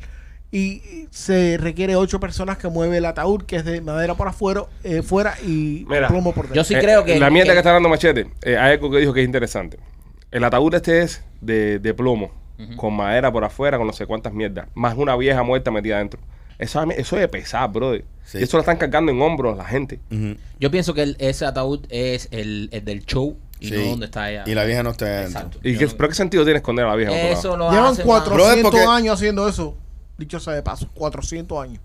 C: y se requiere ocho personas que mueve el ataúd que es de madera por afuera, eh, fuera y
A: Mira,
C: plomo por dentro.
B: Yo sí creo que.
A: Eh, La mierda que
B: que-
A: está dando Machete, eh, hay algo que dijo que es interesante. El ataúd este es de, de plomo, con madera por afuera, con no sé cuántas mierdas, más una vieja muerta metida adentro. Eso, a mí- eso es de pesar, brother.
D: Sí.
A: Y Eso lo están cargando en hombros la gente.
D: Ujú.
B: Yo pienso que el- ese ataúd es el, el del show y
D: Sí.
B: no donde está ella.
D: Y la vieja no está ahí adentro.
B: Exacto.
A: ¿Y
B: Yo
A: qué,
B: no-
A: ¿Pero qué sentido tiene esconder a la vieja? en otro lado?
B: Eso lo
C: Llevan
B: hace más-
C: 400
D: Brother, porque-
C: años haciendo eso. Dicho sea de paso, 400 años.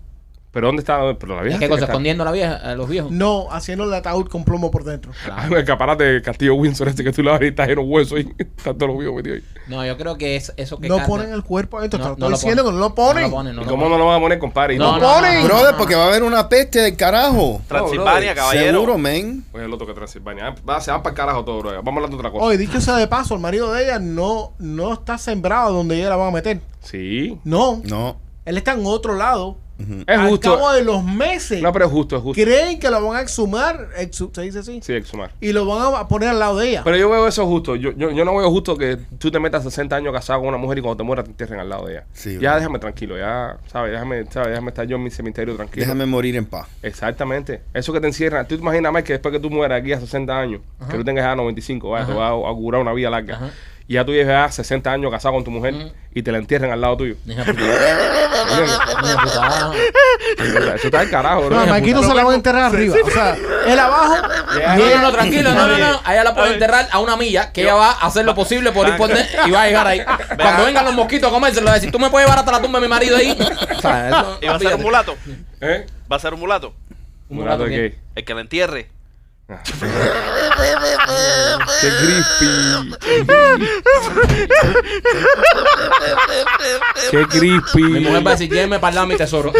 A: ¿Pero dónde está? Pero la vieja tiene
B: ¿Qué
A: que
B: cosa?
A: estar-
B: ¿Escondiendo a la vieja, a los viejos?
C: No, haciendo el ataúd con plomo por dentro.
A: Hay un escaparate del castillo Windsor este que tú le vas a gritar en los huesos y tanto lo vio metido ahí.
H: No, yo creo que es eso que
C: No
H: carga-
C: ponen el cuerpo adentro.
H: No,
C: te lo
H: no
C: estoy
H: lo
C: diciendo
H: ponen.
C: que no lo ponen.
H: No lo ponen, no
A: ¿Y
H: lo
A: cómo
H: ponen.
A: no lo van a poner, compadre?
H: No,
A: No,
H: no, no, no,
D: Brother,
H: no.
D: porque va a haber una peste del carajo.
E: Transilvania, caballero.
D: eh, Seguro, man.
A: Oye, el otro que Transilvania. Ah, Se van para el carajo todo, bro. Vamos a hablar de otra cosa.
C: Oye, dicho sea de paso, el marido de ella no, no está sembrado donde ella la va a meter.
A: Sí.
C: No.
D: No.
C: Él está en otro lado.
A: Es
C: Al
A: justo.
C: cabo de los meses,
A: No, pero es justo, es justo.
C: creen que lo van a exhumar. exhu- se dice así.
A: Sí, exhumar.
C: Y lo van a poner al lado de ella.
A: Pero yo veo eso justo. Yo, yo, yo no veo justo que tú te metas 60 años casado con una mujer y cuando te mueras te entierren al lado de ella.
D: Sí,
A: ya
D: bro.
A: déjame tranquilo, ya, ¿sabes? Déjame, ¿sabes? Déjame estar yo en mi cementerio tranquilo.
D: Déjame morir en paz.
A: Exactamente. Eso que te encierran. Tú te imaginas más que después que tú mueras aquí a 60 años, que tú tengas ya 95, vaya, te vas a, a curar una vida larga. Y ya tú lleves ya 60 años casado con tu mujer y te la entierran al lado tuyo.
B: Hija de puta.
A: ¿Entiendes?
B: Hija de puta.
A: Eso está del carajo, bro.
C: No, a Marquito se la van a enterrar arriba. O sea, él abajo.
A: Ya,
C: y
B: No, no,
C: ella-
B: no, tranquilo, no, no, no. Allá la pueden enterrar a una milla que ella va a hacer lo posible por ir por dentro y va a llegar ahí. Cuando vengan los mosquitos a comerse, le va a decir, tú me puedes llevar hasta la tumba de mi marido ahí. O sea, eso-
E: ¿Y va a ser un mulato?
A: ¿Eh?
E: ¿Va a ser un mulato?
B: Un
A: Mulato de
B: mulato
A: gay.
E: El que la entierre.
A: Qué crispy. Qué crispy.
B: Mi mujer va a decir, lléveme para el lado de mi tesoro.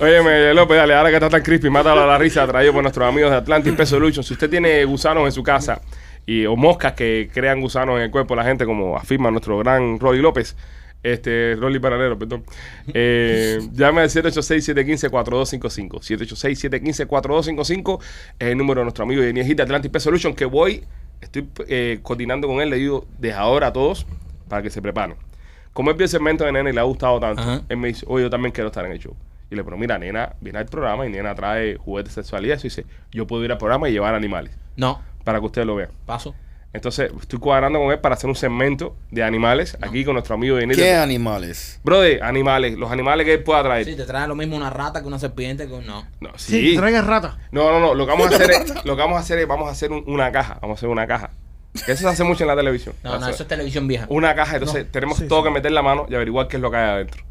A: Óyeme, López, dale, ahora que está tan crispy, mátalo a la risa, traído por nuestros amigos de Atlantic Pest Solution. Si usted tiene gusanos en su casa y, o moscas que crean gusanos en el cuerpo de la gente, como afirma nuestro gran Rolly López, este, Rolly Paralero, perdón, eh, llame al 786-715-4255. 786-715-4255 es el número de nuestro amigo de de Atlantic Pest Solution, que voy, estoy eh, coordinando con él, le digo desde ahora a todos para que se preparen. Como él vio el segmento de Nena y le ha gustado tanto,
B: Ajá.
A: él me dice, oye, yo también quiero estar en el show. Y le digo, mira, Nena viene al programa y Nena trae juguetes de sexualidad. Eso dice, yo puedo ir al programa y llevar animales
B: No,
A: para que ustedes lo vean.
B: paso.
A: Entonces, estoy cuadrando con él para hacer un segmento de animales aquí con nuestro amigo Denis.
D: ¿Qué animales?
A: Brother, animales, los animales que él pueda traer.
B: Sí, te trae lo mismo una rata que una serpiente que un- no.
A: No,
C: Sí,
A: sí.
C: que traigan rata.
A: No, no, no. Lo que vamos a hacer es, lo que vamos a hacer es, vamos a hacer un- una caja. Vamos a hacer una caja. Eso se hace mucho en la televisión.
B: No, no,
A: Hace-
B: eso es televisión vieja.
A: Una caja, entonces tenemos
C: sí,
A: todo
C: sí.
A: que meter la mano y averiguar qué es lo que hay adentro.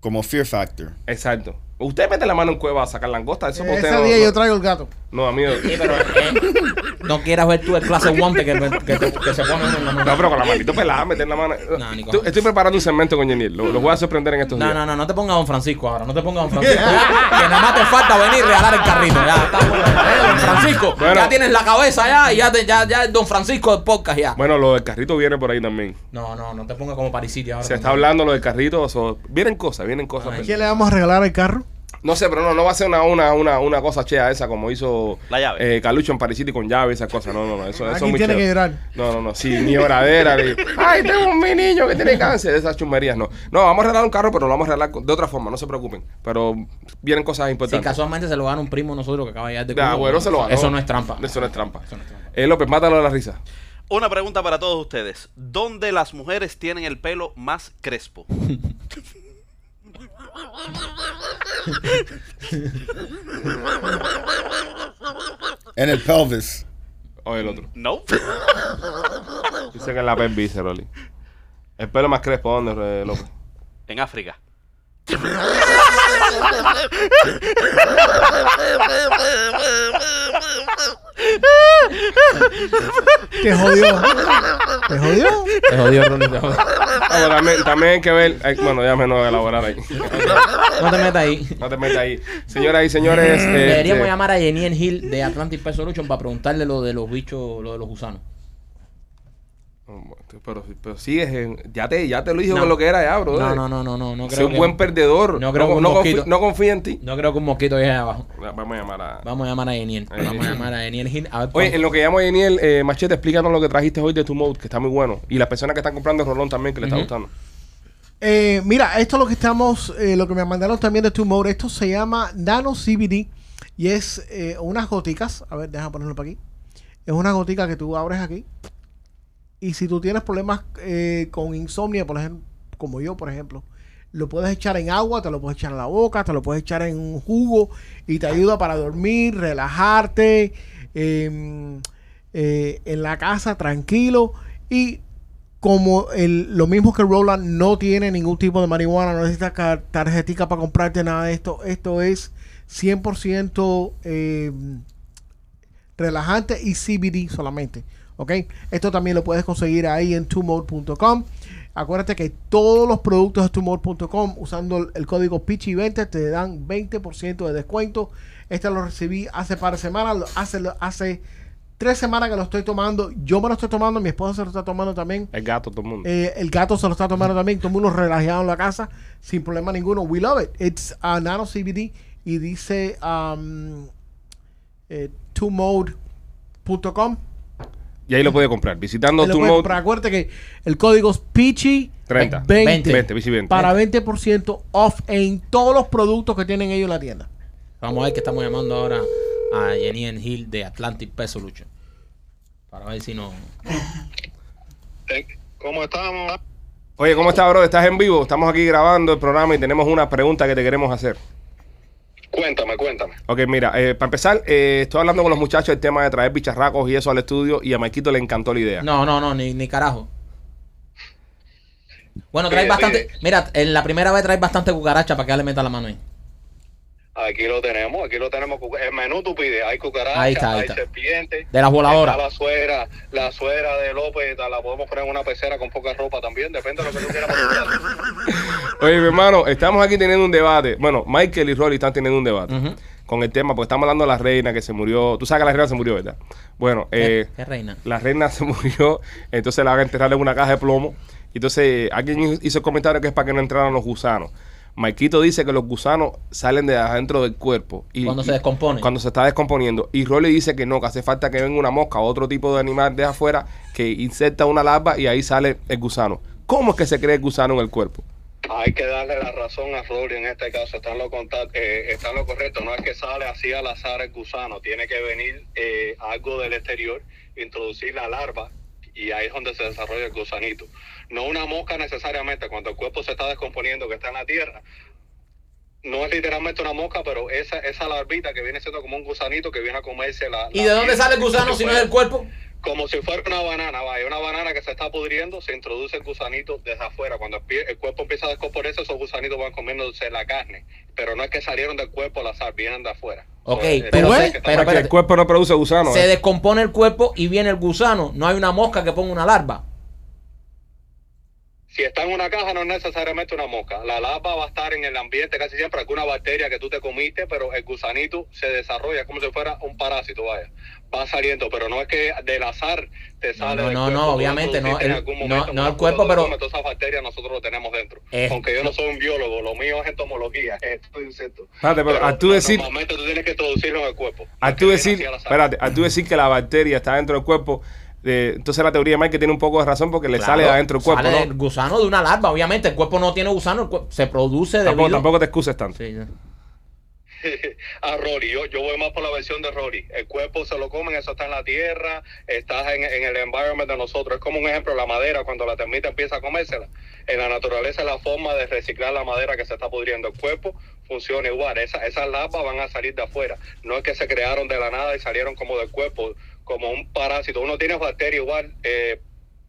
D: Como Fear Factor.
A: Exacto. Usted mete la mano en cueva a sacar langosta, eso para usted
C: Ese
A: no-
C: día
A: no-
C: yo traigo el gato.
A: No, amigo.
B: Sí, pero eh, no quieras ver tú el clase guante que, que, te- que se pone en la mano.
A: No, pero con la manito pelada, meter la mano.
B: No, ni
A: Tú-
B: cojones.
A: estoy preparando un segmento con Geniel. Lo, los voy a sorprender en estos
B: No,
A: días.
B: no, no, no te pongas Don Francisco ahora, no te pongas Don Francisco. que nada más te falta venir y regalar el carrito. Ya, está bueno. Eh, Don Francisco,
A: Bueno.
B: ya tienes la cabeza ya y ya, te, ya, ya es Don Francisco del podcast ya.
A: Bueno, lo del carrito viene por ahí también.
B: No, no, no te pongas como Parisiti ahora.
A: Se está hablando lo del carrito. o sea, vienen cosas, vienen cosas. Pues,
B: Ay.
A: pero-
C: ¿Quién le vamos a regalar el carro?
A: No sé, pero no, no va a ser una, una, una, una cosa chea esa como hizo
E: La llave.
A: eh, Calucho en Paris City con llave, esa cosa. No, no, no. Eso, eso es
C: Aquí
A: muy
C: tiene
A: cheo.
C: que llorar.
A: No, no, no. Sí, ni horadera. ni, Ay, tengo un mi niño que tiene cáncer. Esas chumerías, no. No, vamos a regalar un carro, pero lo vamos a regalar con- de otra forma. No se preocupen. Pero vienen cosas
B: Si
A: importantes.
B: casualmente se lo gana un primo de nosotros que acaba de llegar de
A: De Agüero se lo ganó.
B: Eso no es trampa.
A: Eso no es trampa. Eh, López, mátalo a la risa.
E: Una pregunta para todos ustedes. ¿Dónde las mujeres tienen el pelo más crespo?
D: En el pelvis.
A: O el otro.
E: ¿No?
A: Dice que es la pelvis, Rolly. El pelo más crespo, ¿dónde, eh, López?
E: En África.
C: Te jodió. Te jodió.
B: Te jodió, Rolly, te jodió.
A: Ah, pero también, también hay que ver. eh, bueno, ya me no voy a elaborar ahí.
B: No te metas ahí.
A: No te metas ahí. Señoras y señores. eh,
B: Deberíamos
A: eh,
B: llamar a Jenny Hill de Atlantic Pest Solution para preguntarle lo de los bichos, lo de los gusanos.
A: Pero, pero sigues en- ya te ya te lo dije
B: No.
A: con lo que era ya, bro. eh.
B: No, no, no, no, no, no
A: Sé
B: creo
A: un
B: que-
A: buen perdedor.
B: No creo que un
A: no, confí- no
B: mosquito.
A: confía, en ti.
B: No creo que un mosquito llegue abajo.
A: Vamos a llamar a.
B: Vamos a llamar a Daniel.
A: Ahí.
B: Vamos a llamar a Daniel Hill. A ver
A: Oye,
B: cuándo-
A: en lo que llamo a Daniel, eh, Machete, explícanos lo que trajiste hoy de tu mode, que está muy bueno. Y las personas que están comprando el rolón también, que le está
B: Ujú.
A: gustando.
C: Eh, mira, esto es lo que estamos, eh, lo que me mandaron también de Two Mode. Esto se llama Nano CBD y es eh, unas goticas. A ver, déjame ponerlo para aquí. Es una gotica que tú abres aquí. Y si tú tienes problemas eh, con insomnio, por ejemplo, como yo, por ejemplo, lo puedes echar en agua, te lo puedes echar en la boca, te lo puedes echar en un jugo y te ayuda para dormir, relajarte, em, eh, en la casa tranquilo y como el, lo mismo que Roland no tiene ningún tipo de marihuana, no necesitas ca- tarjetica para comprarte nada de esto, esto es 100% eh, em, relajante y CBD solamente. ¿Ok? Esto también lo puedes conseguir ahí en tumor.com. Acuérdate que todos los productos de tumor.com usando el, el código PICHI20 te dan 20% de descuento. Este lo recibí hace par de semanas, lo- hace, lo- hace tres semanas que lo estoy tomando. Yo me lo estoy tomando, mi esposa se lo está tomando también.
A: El gato, todo el mundo.
C: Eh, el gato se lo está tomando también. Todo el mundo relajado en la casa. Sin problema ninguno. We love it. It's a nano CBD. Y dice um, eh, twomode.com.
A: y ahí lo puede comprar. Visitando
C: Él lo puede
A: Tumor.
C: comprar. Acuérdate que el código es Pichi
A: 30.
C: 20,
A: 20, Pichi 20.
C: para 20% off en todos los productos que tienen ellos en la tienda.
G: Vamos a ver que estamos llamando ahora a Jenny Hill de Atlantic Pest Solution. Para ver si no.
I: Eh, ¿Cómo estamos?
A: Oye, ¿cómo estás, bro? ¿Estás en vivo? Estamos aquí grabando el programa y tenemos una pregunta que te queremos hacer.
I: Cuéntame, cuéntame.
A: Ok, mira, eh, para empezar, eh, estoy hablando con los muchachos del tema de traer bicharracos y eso al estudio y a Maikito le encantó la idea.
G: No, no, no, ni, ni carajo. Bueno,
A: Eh,
I: Oye,
G: traes bastante.
I: oye.
G: Mira, en la primera vez traes bastante cucaracha para que le meta la mano ahí.
I: Aquí lo tenemos, aquí lo tenemos. Cucu- El menú tú pides. Hay cucarachas,
G: Ahí está, ahí
I: hay
G: está.
I: serpientes.
G: De las voladoras.
I: Está La suegra, la suegra de López, la podemos poner en una pecera con poca ropa también. Depende de lo que tú quieras. poner.
A: Oye, mi hermano, estamos aquí teniendo un debate. Bueno, Michael y Rolly están teniendo un debate con el tema, porque estamos hablando de la reina que se murió. Tú sabes que la reina se murió, ¿verdad? Bueno, eh,
G: ¿Qué, qué reina?
A: la reina se murió, entonces la van a enterrar en una caja de plomo. Entonces, alguien hizo el comentario que es para que no entraran los gusanos. Maikito dice que los gusanos salen de adentro del cuerpo. Y,
G: Cuando se
A: y-
G: descompone.
A: Cuando se está descomponiendo. Y Rolly dice que no, que hace falta que venga una mosca o otro tipo de animal de afuera que inserta una larva y ahí sale el gusano. ¿Cómo es que se crea el gusano en el cuerpo?
I: Hay que darle la razón a Rory en este caso. Está en lo, conta- eh, está en lo correcto. No es que sale así al azar el gusano. Tiene que venir eh, algo del exterior, introducir la larva y ahí es donde se desarrolla el gusanito. No una mosca necesariamente. Cuando el cuerpo se está descomponiendo, que está en la tierra, no es literalmente una mosca, pero esa, esa larvita que viene siendo como un gusanito que viene a comerse la.
G: ¿Y
I: la
G: de dónde
I: piel,
G: sale el gusano
I: como
G: si no
I: fuera-
G: es del cuerpo?
I: Como si fuera una banana, vaya, una banana que se está pudriendo, se introduce el gusanito desde afuera. Cuando el, pie- el cuerpo empieza a descomponerse, esos gusanitos van comiéndose la carne. Pero no es que salieron del cuerpo al azar, vienen de afuera.
G: Ok,
I: So, eh,
G: pero,
I: eh,
G: se-
I: que-
G: pero
A: Porque el
G: espérate.
A: cuerpo no produce gusanos.
G: se
A: ¿eh?
G: descompone el cuerpo y viene el gusano. No hay una mosca que ponga una larva.
I: Si está en una caja, no es necesariamente una mosca. La larva va a estar en el ambiente casi siempre, alguna bacteria que tú te comiste, pero el gusanito se desarrolla es como si fuera un parásito, vaya. Va saliendo, pero no es que del azar te sale.
G: no,
I: del
G: no,
I: cuerpo,
G: no,
I: tú lo
G: obviamente, no,
I: produciste en
G: el-
I: algún
G: no,
I: momento,
G: no el
I: tú
G: cuerpo,
I: lo
G: pero- Eh,
I: comes, Todas esas bacterias nosotros lo tenemos dentro.
G: Es-
I: Aunque yo no soy un biólogo, lo mío es entomología, es estudio de insectos.
A: Espérate, pero al tú decir-
I: Normalmente tú tienes que introducirlo en el cuerpo.
A: Al
I: no
A: tú
I: que viene
A: decir,
I: así al azar.
A: espérate, al tú decir que la bacteria está dentro del cuerpo, eh, entonces la teoría de Mike tiene un poco de razón porque le
G: Claro,
A: sale de adentro del cuerpo,
G: sale
A: ¿no?
G: del gusano de una larva, obviamente. El cuerpo no tiene gusano, el cuerpo se produce de
A: Tampoco, tampoco te excuses tanto.
I: a Rory. Yo, yo voy más por la versión de Rory. El cuerpo se lo comen, eso está en la tierra, está en, en el environment de nosotros. Es como un ejemplo, la madera, cuando la termita empieza a comérsela. En la naturaleza es la forma de reciclar la madera que se está pudriendo. El cuerpo funciona igual. Esa- esas larvas van a salir de afuera. No es que se crearon de la nada y salieron como del cuerpo, como un parásito. Uno tiene bacterias igual. eh,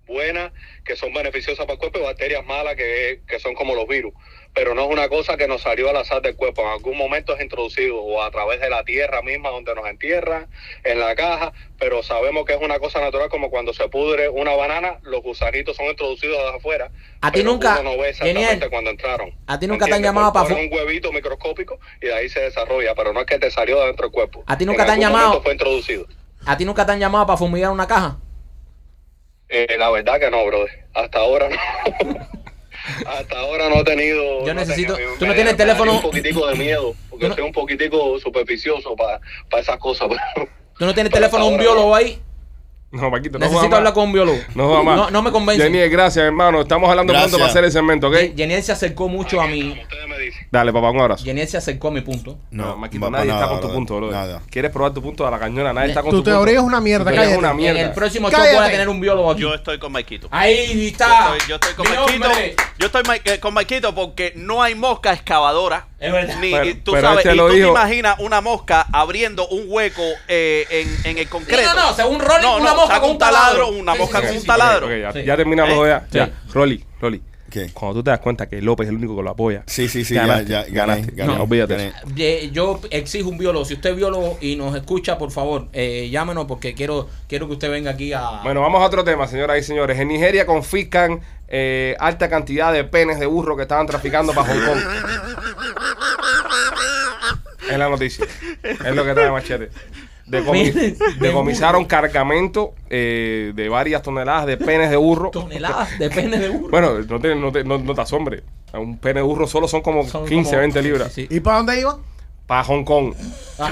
I: buenas que son beneficiosas para el cuerpo y bacterias malas que, que son como los virus. Pero no es una cosa que nos salió al azar del cuerpo. En algún momento es introducido o a través de la tierra misma donde nos entierran, en la caja, pero sabemos que es una cosa natural como cuando se pudre una banana, los gusanitos son introducidos de afuera.
G: A ti
I: pero
G: nunca,
I: uno no ve exactamente
G: Geniel,
I: cuando entraron.
G: a ti nunca te han
I: ¿Entiendes?
G: llamado para
I: Ponen
G: fu-
I: un huevito microscópico y de ahí se desarrolla, pero no es que te salió de dentro del cuerpo.
G: A ti nunca
I: En
G: te han
I: algún
G: llamado.
I: momento fue introducido.
G: ¿A ti nunca te han llamado para fumigar una caja?
I: Eh, la verdad que no, brother. Hasta ahora no. Hasta ahora no he tenido.
G: Yo
I: he
G: necesito-
I: tenido-
G: tú no
I: me-
G: tienes
I: me daría
G: teléfono-
I: Un poquitico de miedo, porque
G: Tú no-
I: soy un poquitico superficioso para esas cosas. pero-
G: ¿Tú no tienes
I: Pero
G: teléfono de un
I: hasta ahora
G: biólogo ahí?
A: No, Paquito, no
G: Necesito
A: jodas
G: hablar
A: más.
G: con un biólogo.
A: No jodas más.
G: No, no me convence.
A: Jenny, gracias, hermano. Estamos hablando pronto
D: Gracias.
A: para hacer el segmento, ¿ok?
G: Ye- Yeniel se acercó mucho a
I: Aquí
G: mí.
I: estamos, Ustedes me dicen.
A: Dale, papá, un abrazo.
G: Yeniel se acercó a mi punto.
A: No, Maquito,
D: va pa'
A: nadie está
D: nada,
A: con tu
D: brother.
A: punto, bro.
D: Nada.
A: ¿Quieres probar tu punto a la cañona? Nadie está con
C: tu
A: tu, punto.
C: teoría es una mierda,
A: Tu teoría es
C: cállate.
A: una mierda.
G: En el próximo
C: Cállate.
G: show voy a tener un biólogo aquí.
E: Yo estoy con Maikito.
G: Ahí
E: Yo
G: está.
E: estoy, yo estoy con
G: Mi
E: Maikito.
G: hombre.
E: Yo estoy Ma- eh, con Maikito porque no hay mosca excavadora.
G: Es verdad.
E: Ni,
A: Pero-
E: y tú
A: pero
E: sabes,
A: este
E: y
A: lo
E: tú te
A: dijo.
E: imaginas una mosca abriendo un hueco eh, en, en el concreto.
G: no, según Rolly, una mosca
E: saca
G: con
E: un
G: un taladro.
E: Una
G: Sí,
E: mosca
G: sí,
E: con
G: sí,
E: un
G: sí.
E: taladro.
A: Ok, ya,
G: Sí.
A: ya terminamos
E: ¿Eh?
A: ya.
G: Sí.
A: Ya. Rolly, Rolly.
D: ¿Qué?
A: Cuando tú te das cuenta que López es el único que lo apoya.
D: Sí, sí, sí,
A: Ganaste,
D: ya, ya, gané,
A: ganaste.
D: gané,
A: No, olvídate.
D: gané.
G: Eh, Yo exijo un biólogo. Si usted es biólogo y nos escucha, por favor, eh, llámenos porque quiero, quiero que usted venga aquí a.
A: Bueno, vamos a otro tema, señoras y señores. En Nigeria confiscan eh, alta cantidad de penes de burro que estaban traficando para Hong Kong. Es la noticia. Es lo que trae machete. Decomi-
G: Penes de
A: decomisaron cargamento eh, de varias toneladas de penes de burro.
G: toneladas de pene de burro.
A: Bueno, no te, no te, no, no te asombre. Un pene de burro solo son como
G: Son
A: 15,
G: como-
A: 20 libras.
G: Sí, sí.
C: ¿Y para dónde iba?
A: Para Hong Kong.
G: Ah,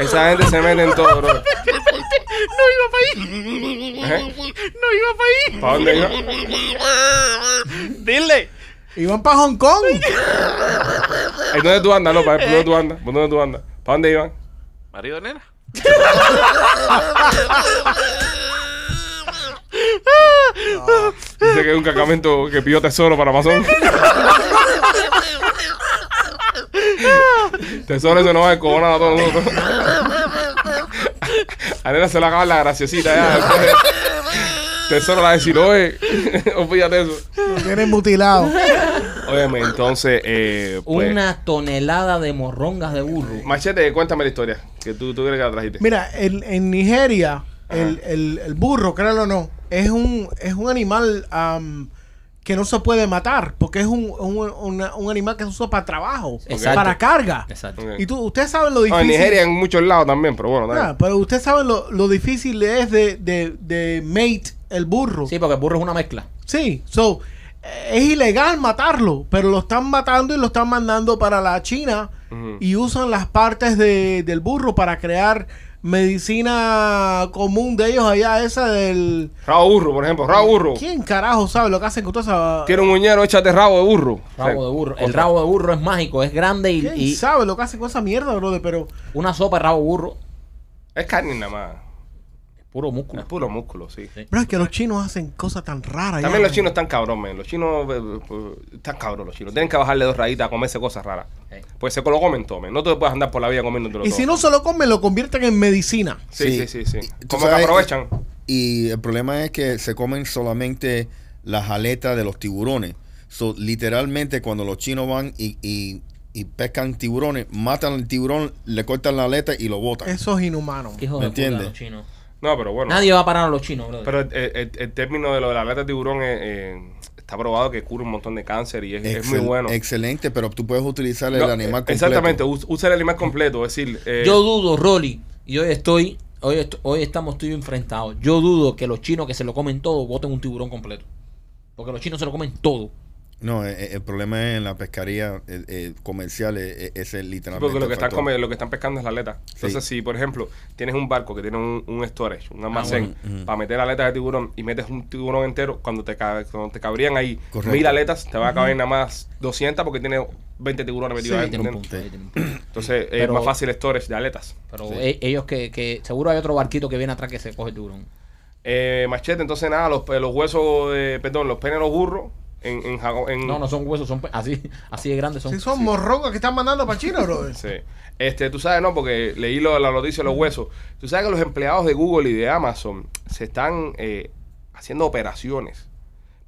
A: Esa gente se mete en todo, bro.
E: No iba para ahí. No iba
A: ¿Para ¿Eh? dónde iba?
E: para ahí. Dile.
C: Iban para Hong Kong.
A: Ay, ¿Dónde tú andas, López? ¿Dónde tú andas? ¿Por dónde tú andas? ¿Para dónde iban?
E: Marido de nena.
A: Dice que es un cargamento que pidió tesoro para Amazon. tesoro eso no va a descojonar a todos nosotros. A Nena se la acaba la graciosita ya. después de- Tesoro la decir, oye, olvídate eso.
C: Lo tienen mutilado.
A: Óyeme, entonces, eh, pues,
G: Una tonelada de morrongas de burro.
A: Machete, cuéntame la historia que tú, tú crees que la trajiste.
C: Mira, en, en Nigeria, el, el- el burro, créalo o no, es un, es un animal am, que no se puede matar, porque es un, un- una- un animal que se usa para trabajo,
G: Exacto.
C: para carga.
G: Exacto.
A: Ok.
C: Y tú, ustedes saben lo
A: No, en
C: difícil.
A: Nigeria en muchos lados también, pero bueno,
C: Nah,
A: también.
C: pero ustedes saben lo, lo difícil es de, de, de mate el burro.
G: Sí, porque el burro es una mezcla.
C: Sí, so eh, es ilegal matarlo, pero lo están matando y lo están mandando para la China
A: Ujú.
C: y usan las partes de- del burro para crear medicina común de ellos allá, esa del...
A: Rabo burro, por ejemplo, rabo burro.
C: ¿Quién carajo sabe lo que hacen con toda esa...
A: Quiere un muñero, échate rabo de burro.
G: Rabo de burro. El rabo de burro es mágico, es grande y,
C: ¿Quién
G: y
C: sabe lo que hacen con esa mierda, brother? Pero
G: una sopa de rabo de burro,
A: Es carne nada más.
G: puro
A: Es
G: músculo.
A: puro músculo, sí.
C: Bro, es que los chinos hacen cosas tan raras.
A: También
C: ya.
A: los chinos están cabrón, men. Los chinos eh, eh, están cabrón, los chinos. Tienen que bajarle dos rayitas a comerse cosas raras. Pues se lo comen, tomen. No te puedes andar por la vida comiendo
C: Y si no se lo comen, lo convierten en medicina.
A: Sí, sí, sí. sí.
D: Y-
A: Como que
D: ¿sabes?
A: aprovechan.
D: Y el problema es que se comen solamente las aletas de los tiburones. So, literalmente, cuando los chinos van y, y- y pescan tiburones, matan al tiburón, le cortan la aleta y lo botan.
C: Eso es inhumano.
G: Hijo
D: ¿Me
G: de puta,
D: entiendes?
G: los chinos.
A: No, pero bueno.
G: Nadie va a parar a los chinos, brother.
A: Pero el, el- el término de lo de la aleta de tiburón eh, eh, está probado que cura un montón de cáncer y es, es muy
D: Excel-
A: bueno.
D: Excelente, pero tú puedes utilizar el
A: No,
D: animal
A: eh,
D: completo.
A: Exactamente, us- usa el animal completo. Es decir, eh,
G: Yo dudo, Rolly, y hoy estoy, hoy, est- hoy estamos tú y yo enfrentados. Yo dudo que los chinos que se lo comen todo voten un tiburón completo. Porque los chinos se lo comen todo.
D: No, eh, eh, el, problema es en la pescaría eh, eh, comercial, eh, eh, ese es
A: Sí,
D: literalmente.
A: porque lo que,
D: el
A: están
D: factor.
A: come- lo que están pescando es la aleta. Entonces, si por ejemplo tienes un barco que tiene un, un storage, un almacén, para meter aletas de tiburón y metes un tiburón entero, cuando te, ca- cuando te cabrían ahí
D: Correcto.
A: mil aletas, te va a caber nada más 200 porque tiene 20 tiburones metidos
C: Sí.
A: ahí,
G: Ahí tiene un
A: ¿entiendes?
G: punto, ahí tiene un punto.
A: Entonces, es
G: Pero-
A: más fácil storage de aletas.
G: Pero e- ellos que, que- seguro hay otro barquito que viene atrás que se coge el tiburón.
A: Eh, machete, entonces nada, los, eh, los huesos, de, perdón, los penes de los burros en, en, Jaco- en-
G: No, no son huesos, son pe- así, así de grandes son.
C: Si son morrocos que están mandando para China, brother.
A: Sí. Este, tú sabes, no, porque leí lo, la noticia de los huesos. Tú sabes que los empleados de Google y de Amazon se están eh, haciendo operaciones,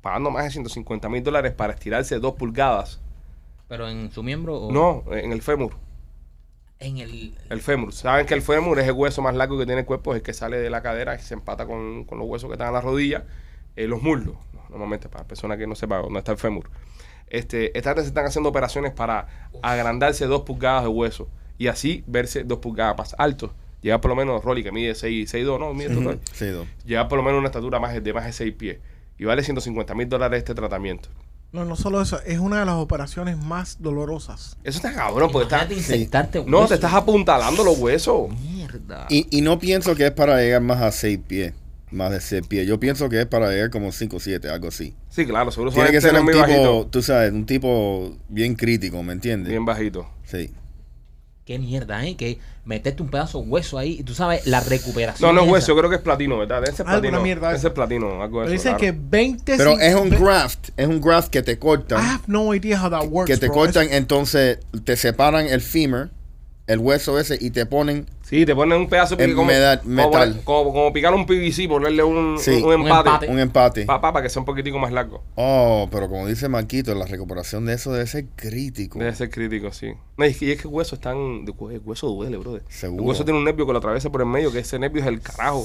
A: pagando más de 150 mil dólares para estirarse dos pulgadas.
G: Pero en su miembro o
A: No, en el fémur.
G: en el
A: El fémur. Saben que el fémur es el hueso más largo que tiene el cuerpo, es el que sale de la cadera y se empata con, con los huesos que están en la rodilla, eh, los muslos. no, Normalmente, para personas que no sepan dónde está el fémur. Este, estas se están haciendo operaciones para agrandarse dos pulgadas de hueso y así verse dos pulgadas más altos. Llegar por lo menos Rolly, que mide 6, 2, ¿no? Mide total.
D: Sí, don.
A: Llegar por lo menos a una estatura más de- de más de 6 pies. Y vale 150 mil dólares este tratamiento.
C: No, no solo eso, es una de las operaciones más dolorosas.
A: Eso está cabrón, porque Pues está.
G: Imagínate insertarte
A: No,
G: huesos.
A: te estás apuntalando los huesos.
G: mierda.
D: Y, y no pienso que es para llegar más a seis pies, más de seis pies. Yo pienso que es para llegar como cinco o siete, algo así.
A: Sí, claro, seguro son
D: Tiene que ser
A: externos
D: un
A: muy
D: tipo,
A: bajitos.
D: tú sabes, un tipo bien crítico, ¿me entiendes?
A: Bien bajito.
D: Sí.
G: Qué mierda, ¿eh? Que meterte un pedazo de hueso ahí y tú sabes la recuperación.
A: No, no es
G: esa.
A: hueso, yo creo que es platino, ¿verdad? Ese es
C: Alguna
A: platino.
C: mierda
A: ese
C: esa.
A: es platino, algo de
C: Pero
A: eso,
C: dicen
A: claro.
C: que 20...
D: Pero es un
C: ve-
D: graft, es un graft que te cortan,
C: I have no idea how that works,
D: que te
C: bro.
D: cortan, entonces te separan el femur el hueso ese y te ponen
A: Sí, te ponen un pedazo
D: Es
A: porque como,
D: meda-
A: como,
D: metal.
A: poner- como, como picar un PVC, ponerle un,
D: Sí.
A: un, un
G: Un
A: empate.
G: empate.
D: un empate.
A: Pa- pa, para que sea un poquitico más largo.
D: Oh, pero como dice Marquito, la recuperación de eso debe ser crítico.
A: Debe ser crítico, sí. No, y, es que, y es que el hueso es tan. de cu- El hueso duele, brother.
D: Seguro.
A: El hueso tiene un nervio que lo atraviesa por el medio, que ese nervio es el carajo.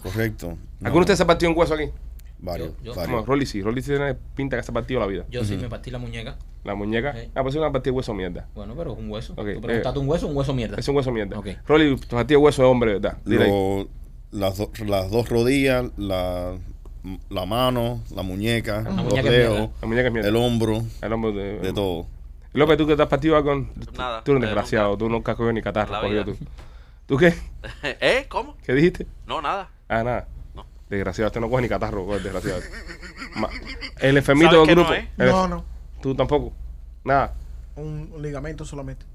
D: Correcto.
A: ¿Alguno
D: No,
A: de ustedes se partió un hueso aquí?
D: Varios,
B: Yo- yo-
A: No,
D: varios.
A: Rolly sí. Rolly sí tiene pinta que se ha partido la vida.
B: Yo sí me partí la muñeca.
A: La muñeca.
B: Sí.
A: Ah, pues es una partida de hueso mierda.
B: Bueno, pero es un hueso.
A: Ok, eh,
B: Tú preguntaste un hueso, un hueso mierda.
A: Es un hueso mierda.
B: Ok.
A: Rolly, tu partida de hueso de hombre, ¿verdad? Dile ahí.
D: Lo- las, do- las dos rodillas, la, la mano, la muñeca, los
B: muñeca es
D: dedos,
B: mierda.
A: La muñeca es mierda.
D: el hombro,
A: El hombro de,
D: de todo.
A: López, tú que te has partido con.
E: Nada,
A: Tú eres un
E: eh,
A: desgraciado,
E: nunca.
A: tú nunca has cogido ni catarro,
E: La
A: cogido
E: vida.
A: tú. ¿Tú qué?
E: ¿Eh? ¿Cómo?
A: ¿Qué dijiste?
E: No, nada.
A: Ah, nada.
E: No.
A: Desgraciado, este no coge ni catarro, coge, desgraciado. Ma- el enfermito
E: ¿Sabes
A: del
E: que no,
A: grupo.
E: eh?
A: El-
C: No, no.
A: Tú tampoco. Nada.
C: Un, un ligamento solamente.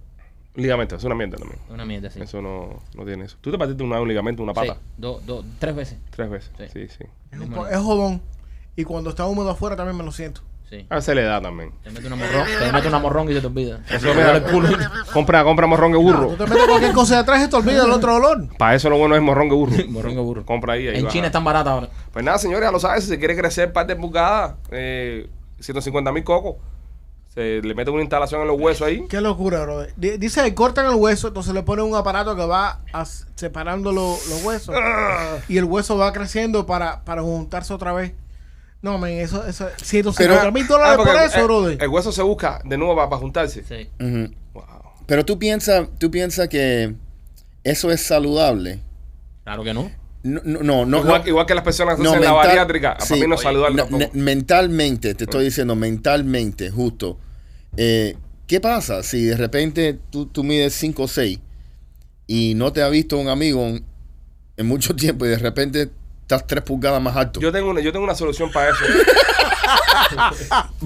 A: Ligamento, es una mierda también.
B: Una mierda, sí.
A: Eso no, no tiene eso. Tú te partiste una, un ligamento, una pata.
B: Sí, dos, dos, tres veces.
A: Tres veces.
B: Sí.
A: Sí, sí.
C: Es, un po- es jodón. Y cuando está húmedo afuera también me lo siento.
B: Sí.
A: A veces le da también.
B: Te mete una morrón, te mete una morrón y se te olvida.
A: Eso mira, compra, compra morrón que
C: Tú
A: burro.
C: te metes cualquier cosa de atrás y te olvidas del otro olor.
A: Para eso lo bueno es morrón que burro.
B: Morrón que burro.
A: Compra ahí. ahí
B: En
A: va.
B: China están baratas ahora.
A: Pues nada, señores, ya lo sabes. Si se quiere crecer par de pulgadas, eh, 150 mil cocos. Se le mete una instalación en los huesos ahí.
C: Qué locura, bro. Di- Dice que cortan el hueso, entonces le ponen un aparato que va as- separando lo- los huesos.
A: Ah.
C: y el hueso va creciendo para, para juntarse otra vez. No, men, eso, eso 150 mil
A: Ah,
C: dólares
A: porque eh,
C: por
A: el-
C: eso,
A: el,
C: brother.
A: el hueso se busca de nuevo para, juntarse.
B: Sí.
D: Ujú.
A: Wow.
D: Pero tú piensas tú piensas que eso es saludable.
B: Claro que no.
D: No, no, no. no-
A: igual,
D: no-
A: igual que las personas que
D: no,
A: hacen la
D: mental-
A: bariátrica,
D: sí.
A: para mí no es
E: Oye,
A: saludable
D: No,
A: tampoco. Mm.
D: ne- mentalmente, te estoy diciendo, mentalmente, justo. Eh, ¿Qué pasa si de repente tú, tú mides 5 o 6 y no te ha visto un amigo en, en mucho tiempo y de repente estás 3 pulgadas más alto?
A: Yo tengo una, yo tengo una solución para eso.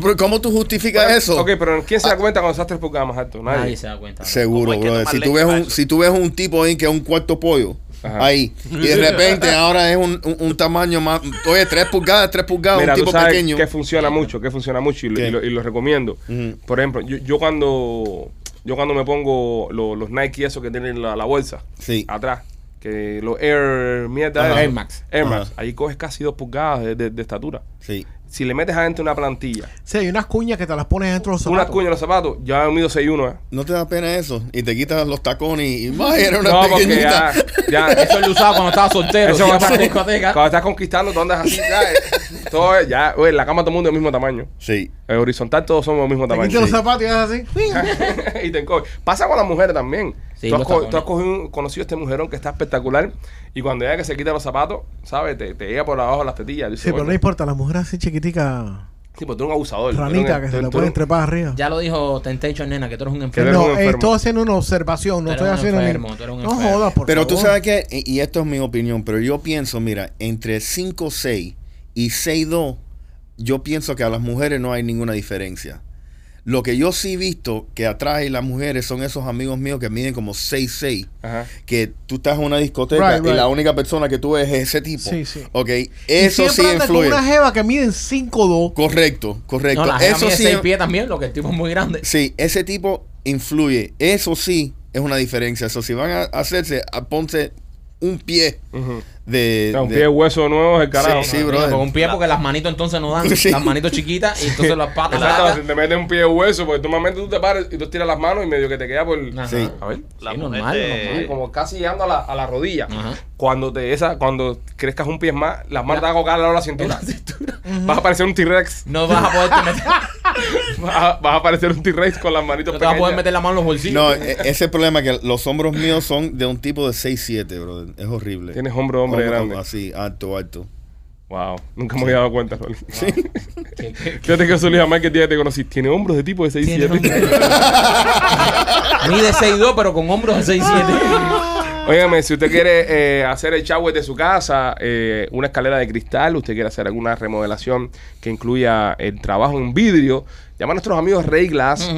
D: Pero ¿Cómo tú justificas eso? Ah.
A: Ok, pero ¿quién se da cuenta cuando estás tres pulgadas más alto? Nadie.
B: Nadie se da cuenta.
D: Seguro,
E: ¿Cómo es que
D: brother.
E: toman
D: Si tú,
E: leche
D: ves
E: para
D: un,
E: eso?
D: si tú ves un tipo ahí que es un cuarto pollo,
A: Ajá.
D: ahí, y de repente ahora es un, un- un tamaño más. Oye, 3 pulgadas, 3 pulgadas,
A: Mira,
D: un
A: tú
D: tipo
A: sabes
D: pequeño.
A: que funciona mucho, que funciona mucho y lo,
D: ¿Qué?
A: y lo- y lo recomiendo.
D: Ujú.
A: Por ejemplo, yo, yo cuando yo cuando me pongo lo- los Nike esos que tienen la, la bolsa
D: Sí.
A: atrás, que los Air mierda
D: Ajá.
A: esos.
D: Air
B: Max.
A: Air Max,
D: Ajá.
A: ahí coges casi dos pulgadas de, de- de estatura.
D: Sí.
A: Si le metes adentro una plantilla,
C: Sí, hay unas cuñas que te las pones dentro de los
A: una
C: zapatos.
A: cuña en los zapatos, ya he mido 6'1, ¿eh?
D: ¿No te da pena eso? Y te quitas los tacones y, y más, era una
A: No, porque
D: pequeñita.
A: ya, ya,
B: Eso lo usaba cuando estaba soltero.
A: Eso
B: iba
A: cuando,
B: para
A: estás,
B: discoteca.
A: cuando estás conquistando, tú andas así, ya, eh, todo es- ya, oye, en la cama todo el mundo es del mismo tamaño.
D: Sí.
A: En horizontal todos somos del mismo
C: Te
A: tamaño.
C: quitas los
A: Sí.
C: zapatos y haces así.
A: y te encoge. Pasa con las mujeres también.
B: Sí,
A: tú, has
B: los
A: co-
B: tacones.
A: tú has cogido un- conocido a este mujerón que está espectacular y cuando ella que se quita los zapatos, ¿sabes? Te, te llega por abajo las tetillas. Dice,
C: Sí, pero
A: bueno,
C: no importa, las mujeres así chiquiticas,
A: sí, pero tú eres un abusador. tú eres un-
C: ranitas que
A: tú-
C: se le
A: tú
C: pueden
A: eres-
C: trepar arriba.
B: Ya lo dijo Temptation, nena, que tú eres un
A: Que tú eres
B: enfermo.
A: un
C: No, eh,
A: enfermo.
C: estoy haciendo una observación, no
B: Tú eres
C: estoy
B: un
C: haciendo ni-
B: enfermo, tú eres un
C: No
B: enfermo.
C: jodas, por
D: Pero tú
C: favor.
D: sabes que, y y esto es mi opinión, pero yo pienso, mira, entre 5, 6 y 6, 2, yo pienso que a las mujeres no hay ninguna diferencia. Lo que yo sí he visto que atrae las mujeres son esos amigos míos que miden como 6, 6.
A: Ajá.
D: Que tú estás en una discoteca
C: Right,
D: y la
C: right.
D: única persona que tú ves es ese tipo.
C: Sí, sí.
D: Ok,
C: Y
D: eso sí
C: siempre andas
D: influye.
C: con una jeva que miden 5'2".
D: Correcto, correcto.
B: No, la gente
D: eso
B: mide
D: sí.
B: seis pies también, lo que el tipo es muy grande.
D: Sí, ese tipo influye. Eso sí es una diferencia. Eso si van a hacerse, a- ponte un pie
A: Ujú.
D: de.
A: O sea, Ah, un
D: de-
A: pie de hueso nuevo es el carajo.
D: Sí, brother.
B: Con un pie porque las manitos entonces no dan.
D: Sí.
B: Las manitos chiquitas y entonces las patas
A: Exacto,
B: largas.
A: si te metes un pie de hueso, porque normalmente tú te pares y tú tiras las manos y medio que te queda por...
B: Ajá.
D: Sí.
A: A ver.
E: La este,
B: Sí,
E: mujer
B: normal,
E: te-
A: Sí,
B: normal.
A: como casi llegando a la, a la rodilla.
B: Eh. Ajá.
A: Cuando te esa, cuando crezcas un pie más, las manos te van a colgar al lado de la cintura. Vas a parecer un T-Rex.
B: No vas a poder te meter,
A: Vas, a- vas a parecer un T-Rex con las manitos
B: no te vas a poder
A: pequeñas.
B: meter la mano en los bolsillos.
D: No, e- ese problema que los hombros míos son de un tipo de 6'7, brother. Es horrible.
A: Tienes hombro de hombre
D: Hombro-
A: grande.
D: Así, alto, alto.
A: Wow, nunca me había dado cuenta, Rolly. Fíjate que eso le dije a Mike el día que te conocí. Tiene hombros de tipo de 6
B: Tiene Mide 6'2 pero con hombros de 6'7.
A: Óigame, si usted quiere eh, hacer el shower de su casa, eh, una escalera de cristal, usted quiere hacer alguna remodelación que incluya el trabajo en vidrio, llama a nuestros amigos Rey Glass.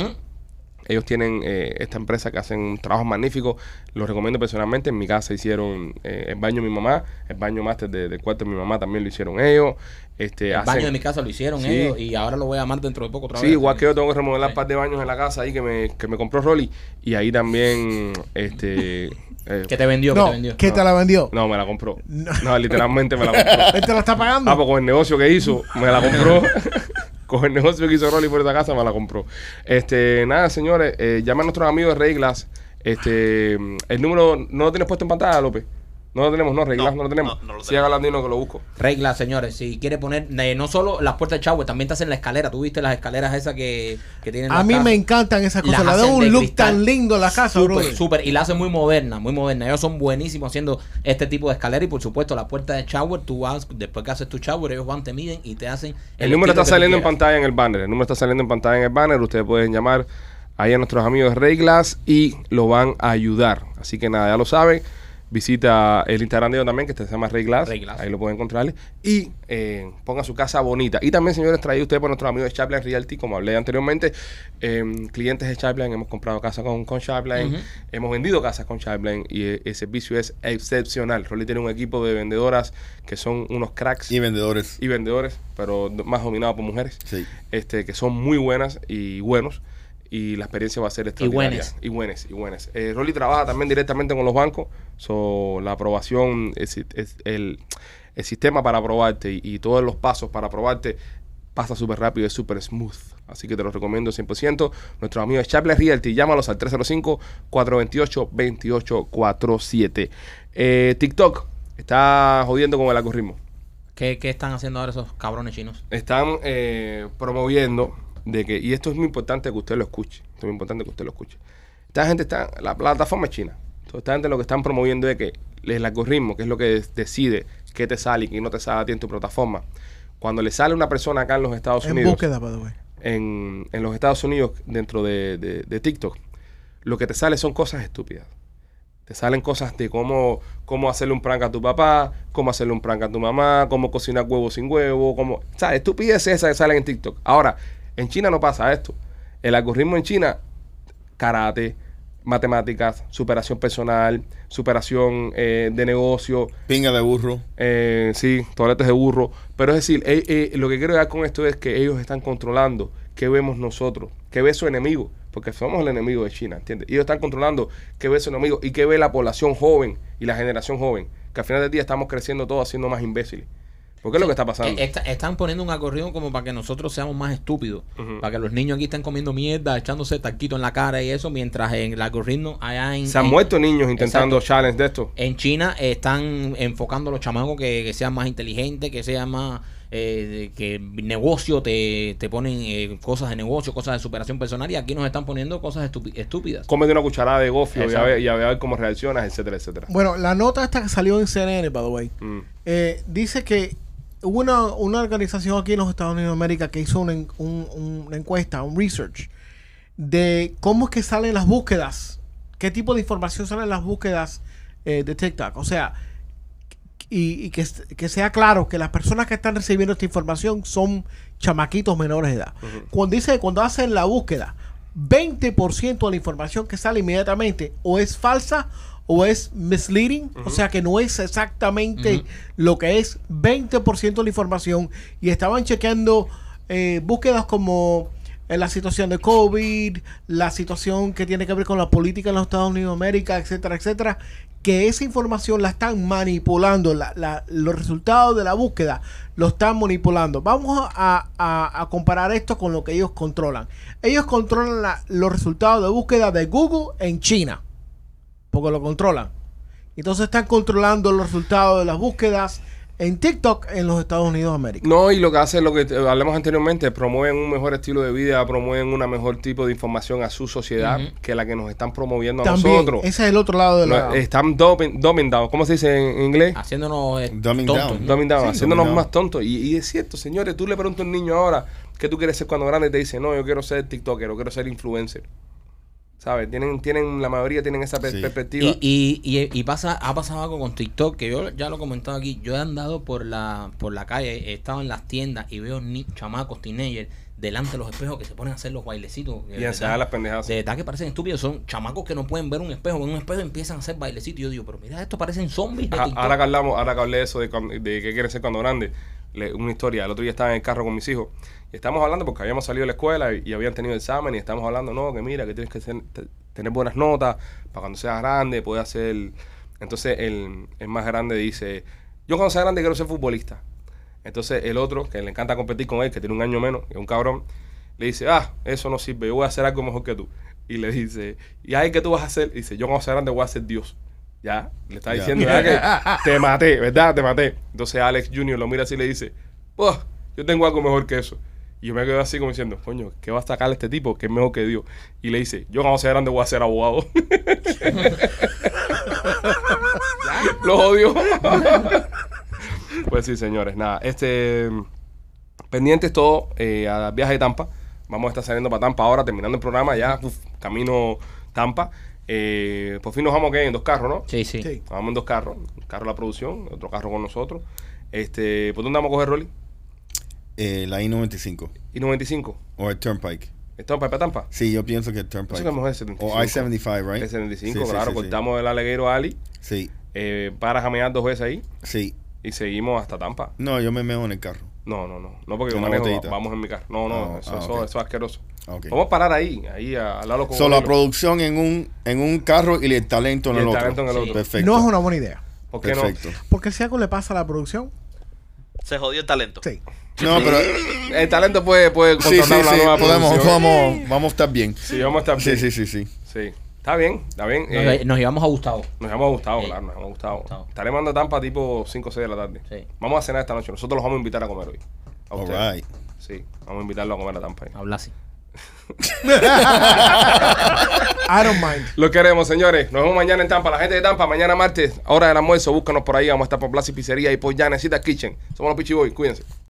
A: Ellos tienen eh, esta empresa que hacen un trabajo magnífico. Los recomiendo personalmente. En mi casa hicieron eh, el baño de mi mamá, el baño máster de, del cuarto de mi mamá también lo hicieron ellos. Este,
G: El
A: hacen-
G: baño de mi casa lo hicieron
A: Sí.
G: ellos y ahora lo voy a amar dentro de poco otra
A: Sí,
G: vez.
A: igual que yo tengo que remodelar
G: Sí.
A: un par de baños en la casa ahí que me, que me compró Rolly. Y ahí también, este... eh,
G: Que te vendió, que
C: no,
G: te vendió.
C: ¿qué te la vendió?
A: no, me la compró.
C: No.
A: No, literalmente me la compró.
C: Él te la está pagando.
A: Ah, pues con el negocio que hizo, me la compró. con el negocio que hizo Rolly por esta casa, me la compró. Este, nada, señores, eh, llama a nuestros amigos de Ray Glass. Este, el número, ¿no lo tienes puesto en pantalla, López? No lo tenemos, no, Ray
E: No,
A: Glass no lo tenemos.
E: no, no lo
A: Sí,
E: tenemos.
A: haga latino que lo busco.
G: Regla, señores, si quiere poner eh, no solo las puertas de Chagüe, también te hacen la escalera. Tú viste las escaleras esas que, que tienen
C: A
G: las
C: mí me
G: casas?
C: encantan esas cosas.
G: Las
C: Le da
G: hacen de
C: un look
G: cristal.
C: tan lindo a la casa, bro.
G: Súper, súper. Y la hacen muy moderna, muy moderna. Ellos son buenísimos haciendo este tipo de escalera. Y por supuesto, la puerta de shower, tú vas, después que haces tu shower, ellos van, te miden y te hacen.
A: El,
G: estilo
A: número está
G: que tú
A: saliendo en
G: quieras.
A: pantalla en el banner. El número está saliendo en pantalla en el banner. Ustedes pueden llamar ahí a nuestros amigos de Ray Glass y lo van a ayudar. Así que nada, ya lo saben. Visita el Instagram de ellos también, que este se llama Ray Glass.
G: Ray Glass.
A: Ahí lo pueden encontrar. Y eh, ponga su casa bonita. Y también, señores, traído ustedes por nuestros amigos de Chaplin Realty, como hablé anteriormente. eh, clientes de Chaplin, hemos comprado casa con, con Chaplin, hemos vendido casas con Chaplin y eh, el servicio es excepcional. Rolly tiene un equipo de vendedoras que son unos cracks
D: Y vendedores.
A: y vendedores, pero do- más dominado por mujeres,
D: Sí.
A: este, que son muy buenas y buenos. Y la experiencia va a ser extraordinaria.
G: buenas.
A: Y buenas. Y buenas. Eh, Rolly trabaja también directamente con los bancos. So, la aprobación, es, es- el, el sistema para aprobarte y, y todos los pasos para aprobarte pasa súper rápido, es súper smooth. Así que te los recomiendo 100%. Nuestros amigos de Chaplin Realty, llámalos al 305-428-2847. Eh, TikTok está jodiendo con el algoritmo
G: ¿Qué, qué están haciendo ahora esos cabrones chinos?
A: están eh, promoviendo de que, y esto es muy importante que usted lo escuche, esto es muy importante que usted lo escuche. Esta gente está, la plataforma es china. Entonces, esta gente lo que están promoviendo es que el algoritmo, que es lo que des- decide qué te sale y qué no te sale a ti en tu plataforma, cuando le sale una persona acá en los Estados
C: En
A: Unidos,
C: búsqueda, by the way.
A: en, en los Estados Unidos, dentro de, de- de TikTok, lo que te sale son cosas estúpidas. Te salen cosas de cómo, cómo hacerle un prank a tu papá, cómo hacerle un prank a tu mamá, cómo cocinar huevo sin huevo, cómo... O sea, estupideces esas que salen en TikTok. Ahora, en China no pasa esto. El algoritmo en China, karate, matemáticas, superación personal, superación eh, de negocio,
D: Pinga de burro.
A: eh, sí, toaletes de burro. Pero es decir, eh, eh, lo que quiero dar con esto es que ellos están controlando qué vemos nosotros, qué ve su enemigo, porque somos el enemigo de China, ¿entiendes? Ellos están controlando qué ve su enemigo y qué ve la población joven y la generación joven, que al final del día estamos creciendo todos siendo más imbéciles. Porque es lo que está pasando.
G: Eh, está- están poniendo un algoritmo como para que nosotros seamos más estúpidos.
A: Ujú.
G: Para que los niños aquí estén comiendo mierda, echándose taquito en la cara y eso, mientras en el algoritmo allá en.
A: Se han
G: en-
A: muerto niños intentando challenge de esto.
G: En China eh, están enfocando a los chamacos que, que sean más inteligentes, que sean más. eh, que negocio te, te ponen eh, cosas de negocio, cosas de superación personal y aquí nos están poniendo cosas estupi- estúpidas.
A: Cómete una cucharada de gofio y a,
G: Exacto.
A: ver, y a ver cómo reaccionas, etcétera, etcétera.
C: Bueno, la nota esta que salió en CNN, by the way,
A: Mm.
C: eh, dice que hubo una, una organización aquí en los Estados Unidos de América que hizo una, en- un- un- una encuesta, un research, de cómo es que salen las búsquedas, qué tipo de información salen las búsquedas eh, de TikTok. O sea, y, y que, es- que sea claro que las personas que están recibiendo esta información son chamaquitos menores de edad. Cuando dice que cuando hacen la búsqueda, 20% de la información que sale inmediatamente o es falsa o es misleading, o sea que no es exactamente lo que es 20% de la información y estaban chequeando eh, búsquedas como eh, la situación de COVID, la situación que tiene que ver con la política en los Estados Unidos de América, etcétera, etcétera, que esa información la están manipulando, la- la- los resultados de la búsqueda lo están manipulando. Vamos a, a- a comparar esto con lo que ellos controlan. Ellos controlan la- los resultados de búsqueda de Google en China, porque lo controlan. Entonces están controlando los resultados de las búsquedas en TikTok en los Estados Unidos de América.
A: No, y lo que hace lo que eh, hablamos anteriormente, promueven un mejor estilo de vida, promueven una mejor tipo de información a su sociedad que la que nos están promoviendo a
C: También,
A: nosotros.
C: ese es el otro lado de
A: No,
C: la...
A: están dumbing, dumbing down, ¿cómo se dice en inglés?
B: Ah,
G: Haciéndonos eh,
D: Dumbing
G: tontos.
D: down.
G: ¿no?
A: Dumbing down,
D: Sí,
A: haciéndonos
D: dumbing down.
A: más tontos. Y, y es cierto, señores, tú le preguntas a un niño ahora, ¿qué tú quieres ser cuando grande? Y te dice, no, yo quiero ser TikToker, yo quiero ser influencer. ¿Sabes? Tienen, tienen, la mayoría tienen esa per-
D: Sí.
A: perspectiva.
G: Y, y, y, y pasa, ha pasado algo con TikTok, que yo ya lo he comentado aquí. Yo he andado por la, por la calle, he estado en las tiendas y veo ni chamacos, teenagers, delante de los espejos que se ponen a hacer los bailecitos.
A: Y
G: de verdad.
A: enseñar las pendejadas.
G: De verdad que parecen estúpidos, son chamacos que no pueden ver un espejo, ven un espejo y empiezan a hacer bailecitos. Y yo digo, pero mira, esto parecen zombies. de
A: Ah,
G: TikTok.
A: Ahora que hablamos, ahora que hablé de eso de, cuan- de qué quiere ser cuando grande, le- una historia. El otro día estaba en el carro con mis hijos y estábamos hablando porque habíamos salido de la escuela y, y habían tenido examen y estábamos hablando, no, que mira, que tienes que ser- te- tener buenas notas para cuando seas grande, poder hacer. Entonces el, el más grande dice, yo cuando sea grande quiero ser futbolista. Entonces el otro, que le encanta competir con él, que tiene un año menos, que es un cabrón, le dice, ah, eso no sirve, yo voy a hacer algo mejor que tú. Y le dice, ¿y ahí qué tú vas a hacer? Y dice, yo cuando sea grande voy a ser Dios. Ya, le está
D: Ya.
A: diciendo ¿verdad? que te maté, ¿verdad? Te maté. Entonces Alex Jr. lo mira así y le dice, "Buah, yo tengo algo mejor que eso. Y yo me quedo así como diciendo, coño, ¿qué va a sacar este tipo? Que es mejor que Dios. Y le dice, yo cuando sea grande voy a ser abogado. Lo odio. pues sí, señores, nada. Este. Pendientes todo eh, al viaje de Tampa. Vamos a estar saliendo para Tampa ahora, terminando el programa ya, uf, camino Tampa. Eh, por fin nos vamos ¿qué? en dos carros, ¿no?
G: Sí, sí.
C: Sí.
A: Nos Vamos en dos carros. Un carro de la producción, otro carro con nosotros. Este, ¿Por dónde vamos a coger, Rolly?
D: Eh, la I-95
A: ¿I-95?
D: o el Turnpike.
A: ¿Estamos para Tampa?
D: Sí, yo pienso que el Turnpike.
A: Eso que es mejor el 75.
D: o I-75, right?
A: El 75,
D: Sí, sí,
A: claro.
D: sí, sí.
A: cortamos el aleguero Ali
D: Sí,
A: eh, para jamear dos veces ahí
D: sí.
A: y seguimos hasta Tampa.
D: No, yo me meo en el carro.
A: No, no, no. No, porque yo
D: Una
A: manejo,
D: botellita.
A: vamos en mi carro. No, no,
D: Ah,
A: eso,
D: ah,
A: eso-
D: ok.
A: eso es asqueroso.
D: Ok.
A: Vamos a parar ahí, ahí a- al lado con
D: Solo la
A: Gorilo.
D: producción en un, en un carro y el talento
A: Y
D: en el,
A: el
D: otro.
A: talento en el
G: Sí.
A: otro.
D: Perfecto.
C: No es una buena idea.
A: ¿Por qué
D: Perfecto.
C: Porque si algo le pasa a la producción,
E: Se jodió el talento.
C: sí.
D: No, pero
A: no? El talento puede, puede
D: sí, sí,
A: contratar una
D: sí,
A: nueva
D: podemos,
A: producción.
D: vamos, vamos a estar bien.
A: Sí, vamos a estar
D: Sí,
A: bien.
D: sí, sí, sí.
A: Sí. Está bien, está bien.
G: Nos,
A: Eh,
G: nos llevamos a Gustavo.
A: nos hemos gustado,
G: Sí.
A: claro, nos hemos gustado.
G: Gustavo.
A: Estaremos andando a Tampa tipo 5 o 6 de la tarde.
G: Sí.
A: Vamos a cenar esta noche. Nosotros los vamos a invitar a comer hoy. A
D: All
A: ustedes.
D: right.
A: Sí, vamos a invitarlos a comer a Tampa.
G: Habla así.
C: I don't mind.
A: Lo queremos, señores. Nos vemos mañana en Tampa. La gente de Tampa, mañana martes, hora del almuerzo. Búscanos por ahí. Vamos a estar por Plaza y Pizzería y por Yanecita Kitchen. Somos los Pichiboy. Cuídense.